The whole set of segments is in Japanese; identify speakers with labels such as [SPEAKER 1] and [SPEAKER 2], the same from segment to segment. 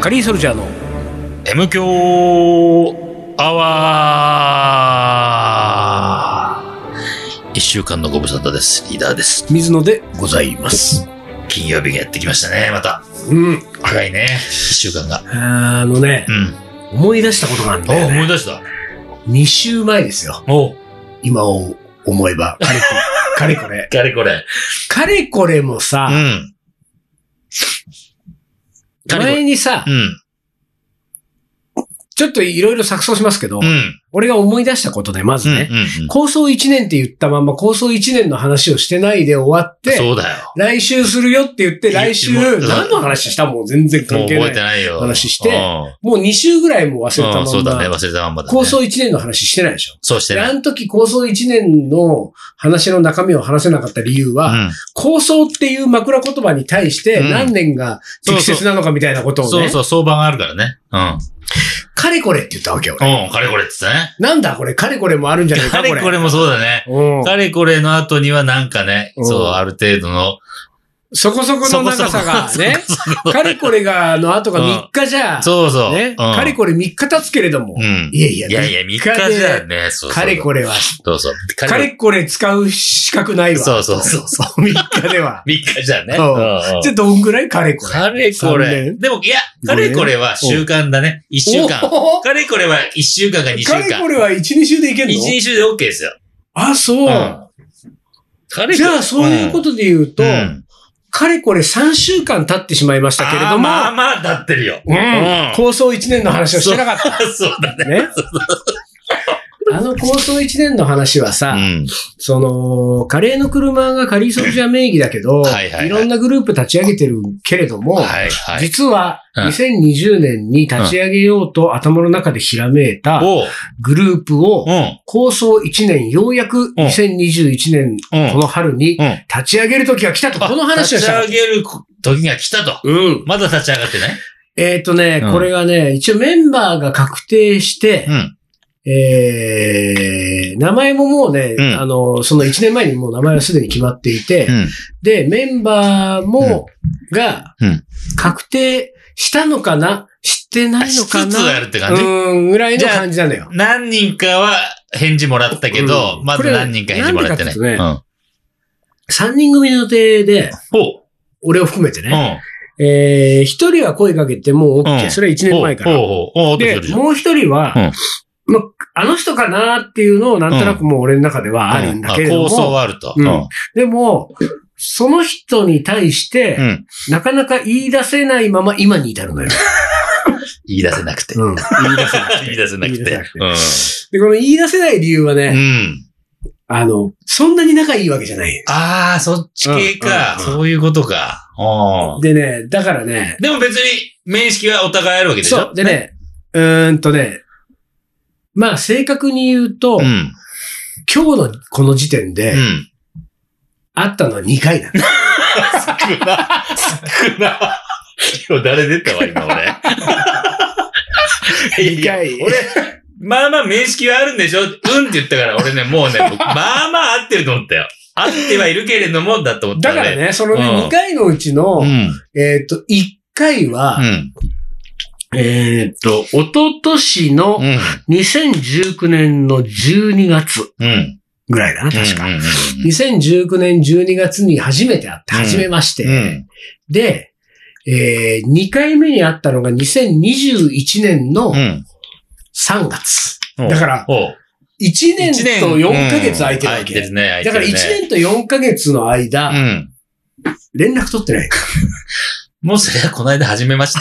[SPEAKER 1] カリーソルジャーの
[SPEAKER 2] M 強アワー一週間のご無沙汰です。リーダーです。
[SPEAKER 1] 水野でございます。
[SPEAKER 2] 金曜日がやってきましたね、また。
[SPEAKER 1] うん。
[SPEAKER 2] 早いね。一週間が。
[SPEAKER 1] あのね
[SPEAKER 2] う、ん。
[SPEAKER 1] 思い出したことがあるん
[SPEAKER 2] お
[SPEAKER 1] だよ
[SPEAKER 2] 思い
[SPEAKER 1] ね。
[SPEAKER 2] 出した。
[SPEAKER 1] 2週前ですよ。
[SPEAKER 2] お
[SPEAKER 1] 今を思えば。かれこれ。
[SPEAKER 2] かれこれ。
[SPEAKER 1] かれこれもさ、
[SPEAKER 2] うん。かれこれ
[SPEAKER 1] 前にさ、
[SPEAKER 2] うん。
[SPEAKER 1] ちょっといろいろ錯綜しますけど、
[SPEAKER 2] うん。
[SPEAKER 1] 俺が思い出したことで、まず
[SPEAKER 2] うん。う
[SPEAKER 1] ね、
[SPEAKER 2] ん。
[SPEAKER 1] 構想1年って言ったまんま構想1年の話をしてないで終わって、
[SPEAKER 2] そうだよ。
[SPEAKER 1] 来週するよって言って、
[SPEAKER 2] いや
[SPEAKER 1] 来週
[SPEAKER 2] もううん
[SPEAKER 1] 何の話したもん全然
[SPEAKER 2] もう
[SPEAKER 1] 関係
[SPEAKER 2] 覚え
[SPEAKER 1] ない。
[SPEAKER 2] てないよ。
[SPEAKER 1] 話して
[SPEAKER 2] うん
[SPEAKER 1] もう2週ぐらいもう忘れた
[SPEAKER 2] うんそう
[SPEAKER 1] ま
[SPEAKER 2] だね。
[SPEAKER 1] んま、
[SPEAKER 2] 忘れたまんまだね。
[SPEAKER 1] 構想1年の話してないでしょ。
[SPEAKER 2] そうして
[SPEAKER 1] で、
[SPEAKER 2] ない。
[SPEAKER 1] あの時構想1年の話の中身を話せなかった理由は、
[SPEAKER 2] うん
[SPEAKER 1] 構想っていう枕言葉に対して
[SPEAKER 2] うん
[SPEAKER 1] 何年が適切なのかみたいなことをね、
[SPEAKER 2] そうそう、相場があるからね。う
[SPEAKER 1] かれこれって言ったわけよ。俺
[SPEAKER 2] ん。うん、かれこれって言ったね。
[SPEAKER 1] なんだこれ、かれこれもあるんじゃないか、
[SPEAKER 2] か
[SPEAKER 1] これ。
[SPEAKER 2] れこれもそうだね。
[SPEAKER 1] うん
[SPEAKER 2] かれこれの後にはなんかね、
[SPEAKER 1] うん
[SPEAKER 2] そう、ある程度の。
[SPEAKER 1] そこそこの長さがね、
[SPEAKER 2] そこそこ
[SPEAKER 1] かれこれが、あの後が3日じゃ、
[SPEAKER 2] そうそう。
[SPEAKER 1] ね、
[SPEAKER 2] うん
[SPEAKER 1] かれこれ3日経つけれども、
[SPEAKER 2] うん。
[SPEAKER 1] いやいや、
[SPEAKER 2] いやいや、3日じゃね、そうそう。
[SPEAKER 1] かれこれは、
[SPEAKER 2] そうそう。
[SPEAKER 1] かれこれ使う資格ないわ。
[SPEAKER 2] そうそうそう そう。
[SPEAKER 1] 3日では。
[SPEAKER 2] 3日じゃね。
[SPEAKER 1] う
[SPEAKER 2] うんん
[SPEAKER 1] じゃ、どんぐらいかれこれ。
[SPEAKER 2] かれこ
[SPEAKER 1] 三
[SPEAKER 2] れ。
[SPEAKER 1] 年
[SPEAKER 2] でも、いや、かれこれは習慣だね。1週間。
[SPEAKER 1] おお
[SPEAKER 2] かれこれは1週間か2週
[SPEAKER 1] かれこ
[SPEAKER 2] 間。
[SPEAKER 1] れは1、2週でいけ
[SPEAKER 2] 1、
[SPEAKER 1] るの
[SPEAKER 2] 2週で OK ですよ。
[SPEAKER 1] あ、そう。
[SPEAKER 2] うんかれこれ
[SPEAKER 1] じゃあ、そういうことで言うと、
[SPEAKER 2] うん
[SPEAKER 1] かれこれ3週間経ってしまいましたけれど
[SPEAKER 2] あー
[SPEAKER 1] も、
[SPEAKER 2] まあまあ、だってるよ。
[SPEAKER 1] うん
[SPEAKER 2] うん
[SPEAKER 1] 構想1年の話をしてなかっ
[SPEAKER 2] そうだ
[SPEAKER 1] た。
[SPEAKER 2] ね。
[SPEAKER 1] ね。あの構想1年の話はさ、
[SPEAKER 2] ん。
[SPEAKER 1] その、カレーの車がカリーソルジャー名義だけど、
[SPEAKER 2] はいはいはい
[SPEAKER 1] ろんなグループ立ち上げてるけれども、
[SPEAKER 2] はいはい。
[SPEAKER 1] 実は
[SPEAKER 2] うん
[SPEAKER 1] 2020年に立ち上げようと頭の中でひらめいた
[SPEAKER 2] おう
[SPEAKER 1] グループを
[SPEAKER 2] う、ん。
[SPEAKER 1] 構想1年、ようやく2021年
[SPEAKER 2] うん
[SPEAKER 1] この春に
[SPEAKER 2] うん
[SPEAKER 1] 立ち上げる時が 来たと、この話をし
[SPEAKER 2] 立ち
[SPEAKER 1] たかっ
[SPEAKER 2] 上
[SPEAKER 1] た。
[SPEAKER 2] げる時が来たと。
[SPEAKER 1] うん。
[SPEAKER 2] まだ立ち上がってない
[SPEAKER 1] えっ、とね、
[SPEAKER 2] うん
[SPEAKER 1] これがね、一応メンバーが確定して、
[SPEAKER 2] ん。
[SPEAKER 1] えー、名前ももうね、
[SPEAKER 2] うん
[SPEAKER 1] あの、その1年前にもう名前はすでに決まっていて、で、メンバーも、が
[SPEAKER 2] うん、
[SPEAKER 1] 確定したのかなしてないのか
[SPEAKER 2] しつつあ
[SPEAKER 1] な
[SPEAKER 2] るって感じ
[SPEAKER 1] うん、ぐらいの感じなのよ。
[SPEAKER 2] 何人かは返事もらったけど、
[SPEAKER 1] うん
[SPEAKER 2] ま
[SPEAKER 1] こ
[SPEAKER 2] だ
[SPEAKER 1] れ
[SPEAKER 2] 何人か返事もらってない。
[SPEAKER 1] なんで
[SPEAKER 2] う
[SPEAKER 1] か
[SPEAKER 2] ん。
[SPEAKER 1] 3人組の予定で、
[SPEAKER 2] おう。
[SPEAKER 1] 俺を含めて
[SPEAKER 2] う
[SPEAKER 1] ね、
[SPEAKER 2] ん。
[SPEAKER 1] えー、一人は声かけてもう OK。
[SPEAKER 2] うん
[SPEAKER 1] それは1年前から。
[SPEAKER 2] おうおうおうおう
[SPEAKER 1] で
[SPEAKER 2] おう、
[SPEAKER 1] もう一人は、ま、あの人かなっていうのをなんとなくもう俺の中ではあるんだけれど
[SPEAKER 2] うんあ構想
[SPEAKER 1] も、
[SPEAKER 2] はあると。
[SPEAKER 1] うんでも、その人に対して、
[SPEAKER 2] うん
[SPEAKER 1] なかなか言い出せないまま今に至るのよ。
[SPEAKER 2] 言い出せなくて。
[SPEAKER 1] うん、言い出せない。
[SPEAKER 2] 言い出せなく
[SPEAKER 1] 言い出せ
[SPEAKER 2] て
[SPEAKER 1] なく。で、この言い出せない理由はね、
[SPEAKER 2] うん。うん。
[SPEAKER 1] あの、そんなに仲いいわけじゃない。
[SPEAKER 2] ああ、そっち系か。
[SPEAKER 1] うんうんうん
[SPEAKER 2] そういうことか。うん
[SPEAKER 1] でね、だからね、
[SPEAKER 2] でも別に、面識はお互いあるわけでしょ
[SPEAKER 1] そう、で。ね、うーんとね、まあ正確に言うと、
[SPEAKER 2] うん。
[SPEAKER 1] 今日のこの時点で、
[SPEAKER 2] うん。
[SPEAKER 1] 会ったのは2回だ。
[SPEAKER 2] 少な、少な。今日誰出たわ、今俺。
[SPEAKER 1] 二回
[SPEAKER 2] いや俺、まあまあ面識はあるんでしょうんって言ったから、俺ね、もうね、僕まあまあ合ってると思ったよ。合ってはいるけれども、だと思った
[SPEAKER 1] だから。ね、そのね、
[SPEAKER 2] うん
[SPEAKER 1] 2回のうちの、
[SPEAKER 2] 俺うん。
[SPEAKER 1] えっ、と、1回は、えっ、と、おととしの
[SPEAKER 2] うん。
[SPEAKER 1] 2019年の12月
[SPEAKER 2] うん。うん。
[SPEAKER 1] ぐらいだな、確か。
[SPEAKER 2] うん。
[SPEAKER 1] 2019年12月に初めて会って、
[SPEAKER 2] うん
[SPEAKER 1] 初めまして。
[SPEAKER 2] うん。
[SPEAKER 1] で、え2回目に会ったのが2021年の
[SPEAKER 2] うん。
[SPEAKER 1] 3月。
[SPEAKER 2] うん
[SPEAKER 1] だから
[SPEAKER 2] おう
[SPEAKER 1] 1年と4ヶ月空いてるわ
[SPEAKER 2] うん空い
[SPEAKER 1] け。
[SPEAKER 2] てるね、空いて
[SPEAKER 1] だから
[SPEAKER 2] る
[SPEAKER 1] 1年
[SPEAKER 2] ね。
[SPEAKER 1] と4ヶ月の間、
[SPEAKER 2] うん。
[SPEAKER 1] 連絡取ってない。
[SPEAKER 2] もうそれはこの間始めまして。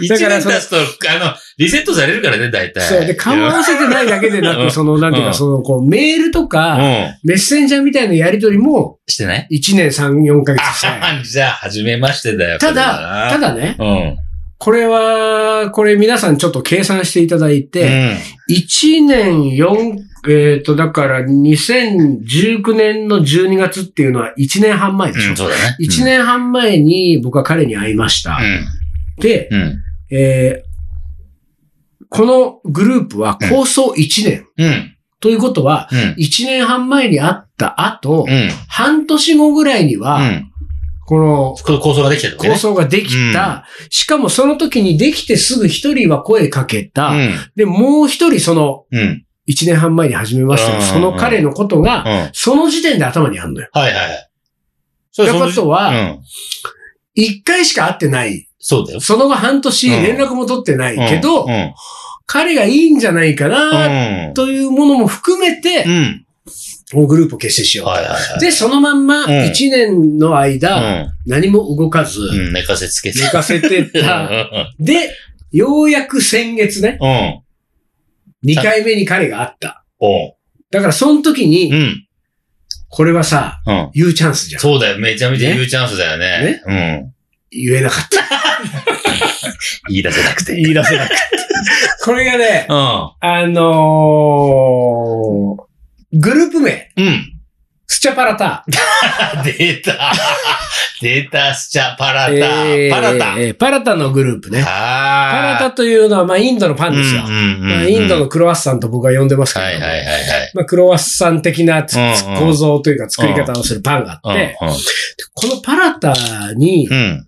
[SPEAKER 2] 一
[SPEAKER 1] だから
[SPEAKER 2] 年
[SPEAKER 1] その
[SPEAKER 2] 経つと、あの、リセットされるからね、大体。
[SPEAKER 1] そう。で、顔合わせてないだけでな
[SPEAKER 2] うん
[SPEAKER 1] く、その、なんていう
[SPEAKER 2] う
[SPEAKER 1] か、
[SPEAKER 2] ん
[SPEAKER 1] その、こう、メールとか、
[SPEAKER 2] うん。
[SPEAKER 1] メッセンジャーみたいなやりとりも、
[SPEAKER 2] してない
[SPEAKER 1] 1年3、4ヶ月してない。
[SPEAKER 2] あじゃあ、初めましてだ よ。
[SPEAKER 1] ただ、た
[SPEAKER 2] だ、
[SPEAKER 1] だね、
[SPEAKER 2] うん。
[SPEAKER 1] これは、これ皆さんちょっと計算していただいて、
[SPEAKER 2] うん、
[SPEAKER 1] 1年4、えっ、と、だから2019年の12月っていうのは1年半前でしょ。
[SPEAKER 2] うん、そうだね。
[SPEAKER 1] 1年半前に僕は彼に会いました。で、
[SPEAKER 2] うん。うん。
[SPEAKER 1] えーこのグループは構想1年。
[SPEAKER 2] うん。
[SPEAKER 1] ということは、
[SPEAKER 2] うん。
[SPEAKER 1] 1年半前に会った後、
[SPEAKER 2] うん。
[SPEAKER 1] 半年後ぐらいには、
[SPEAKER 2] うん。
[SPEAKER 1] この
[SPEAKER 2] こ構想ができてるわけ
[SPEAKER 1] 構
[SPEAKER 2] ね。
[SPEAKER 1] 想ができた、しかもその時にできてすぐ一人は声かけた、で、もう一人その
[SPEAKER 2] うん。うん。
[SPEAKER 1] 一年半前に始めました
[SPEAKER 2] うん
[SPEAKER 1] よその彼のことが、
[SPEAKER 2] うん。
[SPEAKER 1] その時点で頭にあるのよ。
[SPEAKER 2] はいはい。そ
[SPEAKER 1] って
[SPEAKER 2] その
[SPEAKER 1] こ
[SPEAKER 2] 時
[SPEAKER 1] とは、
[SPEAKER 2] うん。
[SPEAKER 1] 一回しか会ってない。
[SPEAKER 2] そうだよ。
[SPEAKER 1] その後半年
[SPEAKER 2] うん
[SPEAKER 1] 連絡も取ってないけど、
[SPEAKER 2] うん。うん
[SPEAKER 1] 彼がいいんじゃないかな、
[SPEAKER 2] う
[SPEAKER 1] というものも含めて、
[SPEAKER 2] ん。
[SPEAKER 1] もうグループを結成しよう。
[SPEAKER 2] はいはいはい。
[SPEAKER 1] で、そのまんま
[SPEAKER 2] うん
[SPEAKER 1] 一年の間、
[SPEAKER 2] う
[SPEAKER 1] 何も動かず、
[SPEAKER 2] ん。うん。寝かせつけて。
[SPEAKER 1] 寝かせてっ
[SPEAKER 2] うん。う
[SPEAKER 1] た。で、ようやく先月ね、
[SPEAKER 2] んうん。
[SPEAKER 1] 2回目に彼が会った。
[SPEAKER 2] おう
[SPEAKER 1] だからその時
[SPEAKER 2] う
[SPEAKER 1] に、
[SPEAKER 2] ん。
[SPEAKER 1] これはさ、
[SPEAKER 2] うん。
[SPEAKER 1] 言うチャンスじゃん。
[SPEAKER 2] そうだよ。めちゃめちゃ言うチャンスだよね。ね
[SPEAKER 1] 言えなかった。
[SPEAKER 2] うん。言い出せなくて。
[SPEAKER 1] 言い出せなくて。 これがね、
[SPEAKER 2] うん。
[SPEAKER 1] あのー、グループ名、
[SPEAKER 2] うん。
[SPEAKER 1] スチャパラタ。
[SPEAKER 2] 出 た。出た、スチャ、パラタ。
[SPEAKER 1] えー
[SPEAKER 2] パラタ。
[SPEAKER 1] えーパラタのグループね。パラ
[SPEAKER 2] あ
[SPEAKER 1] タというのは、まあ、インドのパ
[SPEAKER 2] タ
[SPEAKER 1] ンですよ。まあ、イ
[SPEAKER 2] イ
[SPEAKER 1] ンドの。クロワッサンと僕は呼んでますけど、
[SPEAKER 2] はいはいはいはい。
[SPEAKER 1] まあ、クロワッサン的なつ
[SPEAKER 2] うんうん
[SPEAKER 1] 構造というか作り方をするパンがあって、このパラタに
[SPEAKER 2] う、んうん。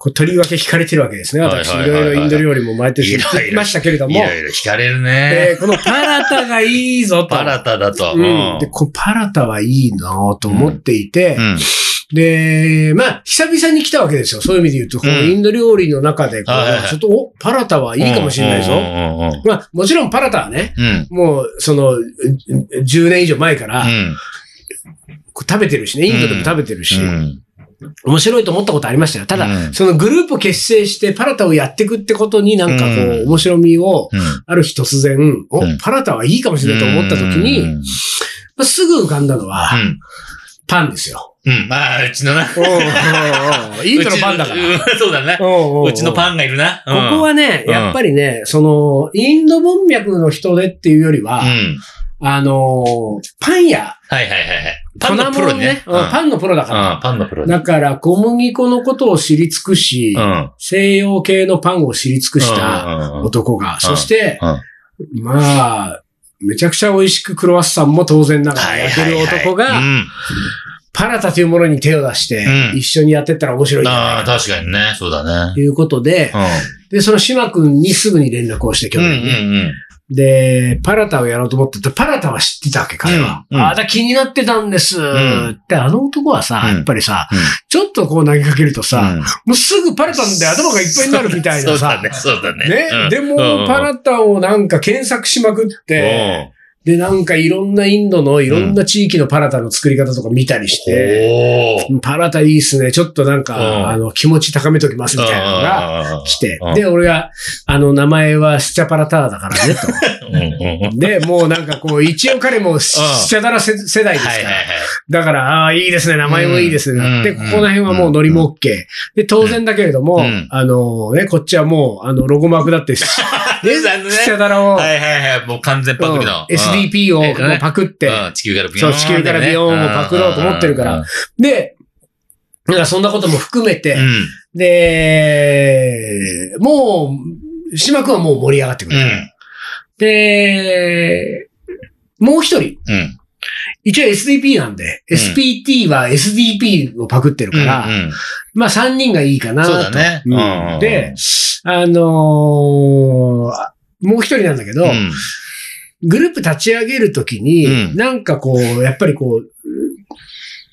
[SPEAKER 1] こうとりわけ惹かれてるわけですね。私、
[SPEAKER 2] はいいはいはいはい
[SPEAKER 1] ろいろインド料理も毎年行ってきましたけれど
[SPEAKER 2] い
[SPEAKER 1] も、
[SPEAKER 2] ろいろ惹かれる
[SPEAKER 1] え
[SPEAKER 2] ね。
[SPEAKER 1] ーこのパラタがいいぞと。
[SPEAKER 2] パラタだと。
[SPEAKER 1] うん。で、こうパラタはいいなと思っていて、
[SPEAKER 2] うん。
[SPEAKER 1] で、まあ、久々に来たわけですよ。そういう意味で言うと、こう
[SPEAKER 2] うん
[SPEAKER 1] インド料理の中でこう、
[SPEAKER 2] はいはいはい
[SPEAKER 1] ちょっと、お、パラタはいいかもしれないぞ。
[SPEAKER 2] ぞ。
[SPEAKER 1] まあ、もちろんパラタはね、
[SPEAKER 2] うん。うん。
[SPEAKER 1] もう、その、10年以上前から、
[SPEAKER 2] うん。
[SPEAKER 1] こう食べてるしね、インドでも食べてるし、
[SPEAKER 2] うん
[SPEAKER 1] 面白いと思ったことありましたよ。ただ、
[SPEAKER 2] うん
[SPEAKER 1] そのグループを結成してパラタをやっていくってことになんかこう、
[SPEAKER 2] うん
[SPEAKER 1] 面白みを、
[SPEAKER 2] うん。
[SPEAKER 1] ある日突然、お、
[SPEAKER 2] うん
[SPEAKER 1] パラタはいいかもしれないと思った時に、
[SPEAKER 2] うん。
[SPEAKER 1] まあすぐ浮かんだのは、
[SPEAKER 2] うん
[SPEAKER 1] パンですよ。
[SPEAKER 2] うん。まあ、うちのな。
[SPEAKER 1] おうおうおうインドのパンだから。
[SPEAKER 2] うちのうんそうだな。うちの
[SPEAKER 1] ン。
[SPEAKER 2] パンがいるな。
[SPEAKER 1] ここ
[SPEAKER 2] は、
[SPEAKER 1] はね、
[SPEAKER 2] うん
[SPEAKER 1] やっぱりね、その、インド文脈の人でっていうよりは、
[SPEAKER 2] うん。
[SPEAKER 1] あのー、パン屋、
[SPEAKER 2] はいはいはいはい。パンのプロにね。
[SPEAKER 1] 粉もんうんパ
[SPEAKER 2] ン。
[SPEAKER 1] ンのプロだから。
[SPEAKER 2] うんパンのプロに。
[SPEAKER 1] だから、小麦粉のことを知り尽くし、
[SPEAKER 2] うん。
[SPEAKER 1] 西洋系のパンを知り尽くした
[SPEAKER 2] うんうん
[SPEAKER 1] 男が、そして、
[SPEAKER 2] うん
[SPEAKER 1] まあ、めちゃくちゃ美味しくクロワッサンも当然ながらやってる男
[SPEAKER 2] はいはい
[SPEAKER 1] が、
[SPEAKER 2] はい
[SPEAKER 1] パラタというものに手を出して
[SPEAKER 2] う、ん
[SPEAKER 1] 一緒にやってったら面白
[SPEAKER 2] う
[SPEAKER 1] いん
[SPEAKER 2] ん。
[SPEAKER 1] じゃな
[SPEAKER 2] あ
[SPEAKER 1] い
[SPEAKER 2] あ、
[SPEAKER 1] か
[SPEAKER 2] 確かにね。そうだね
[SPEAKER 1] と。いうことで、で、その島くんにすぐに連絡をして、
[SPEAKER 2] う
[SPEAKER 1] 去
[SPEAKER 2] ん。うん
[SPEAKER 1] 年ね。
[SPEAKER 2] うんうん。
[SPEAKER 1] で、パラタをやろうと思ってて、パラタは知ってたわけ、彼は。
[SPEAKER 2] うんうん
[SPEAKER 1] ああ、だ気になってたんです。
[SPEAKER 2] ん
[SPEAKER 1] って、あの男はさ、
[SPEAKER 2] うん
[SPEAKER 1] やっぱりさ、
[SPEAKER 2] うん
[SPEAKER 1] ちょっとこう投げかけるとさ、
[SPEAKER 2] うん
[SPEAKER 1] もうすぐパラタで頭がいっぱいになるみたいな
[SPEAKER 2] そうだ
[SPEAKER 1] さ
[SPEAKER 2] ね。。そうだね。
[SPEAKER 1] ね、
[SPEAKER 2] うん
[SPEAKER 1] でも、パラタをなんか検索しまくって、で、なんかいろんなインドのいろんな地域のパラタの作り方とか見たりして、
[SPEAKER 2] おー
[SPEAKER 1] パラタいいっすね、ちょっとなんか、
[SPEAKER 2] うん
[SPEAKER 1] あの、気持ち高めときますみたいなのが
[SPEAKER 2] が
[SPEAKER 1] 来て
[SPEAKER 2] うん、
[SPEAKER 1] で、俺が、あの、名前はスチャパラターだからね、 と。
[SPEAKER 2] うんうんうん。
[SPEAKER 1] で、もうなんかこう、一応彼もスチャダラ世世代ですか
[SPEAKER 2] はいはい
[SPEAKER 1] ら
[SPEAKER 2] はい、。
[SPEAKER 1] だから、ああー、いいですね、名前もいいですね、
[SPEAKER 2] うん
[SPEAKER 1] なって、
[SPEAKER 2] うん
[SPEAKER 1] ここら辺はもうノリも OK。で、当然だけれども、
[SPEAKER 2] うん
[SPEAKER 1] あのね、こっちはもう、あの、ロゴマークだって、ね、
[SPEAKER 2] 残念
[SPEAKER 1] スチャダラを、
[SPEAKER 2] はいはいはい。もう完全パクリの。
[SPEAKER 1] うん SDP を
[SPEAKER 2] ええ
[SPEAKER 1] もうパクって、
[SPEAKER 2] うん地球からビヨ
[SPEAKER 1] そ
[SPEAKER 2] ーン
[SPEAKER 1] う、地球からビヨーンをパクろうと思ってるか
[SPEAKER 2] うん
[SPEAKER 1] ら。で、なんかそんなことも含めて、
[SPEAKER 2] うん。
[SPEAKER 1] で、もう、島くんはもう盛り上がってく
[SPEAKER 2] う
[SPEAKER 1] る。
[SPEAKER 2] ん。
[SPEAKER 1] で、もう一人、
[SPEAKER 2] うん。
[SPEAKER 1] 一応 SDP なんで、
[SPEAKER 2] うん
[SPEAKER 1] SPT は SDP をパクってるから、
[SPEAKER 2] うんうん
[SPEAKER 1] まあ三人がいいかなと。
[SPEAKER 2] そうだね。
[SPEAKER 1] うん
[SPEAKER 2] うん
[SPEAKER 1] で、あのーもう一人なんだけど、
[SPEAKER 2] うん。
[SPEAKER 1] グループ立ち上げるときに、
[SPEAKER 2] うん
[SPEAKER 1] なんかこう、やっぱりこう、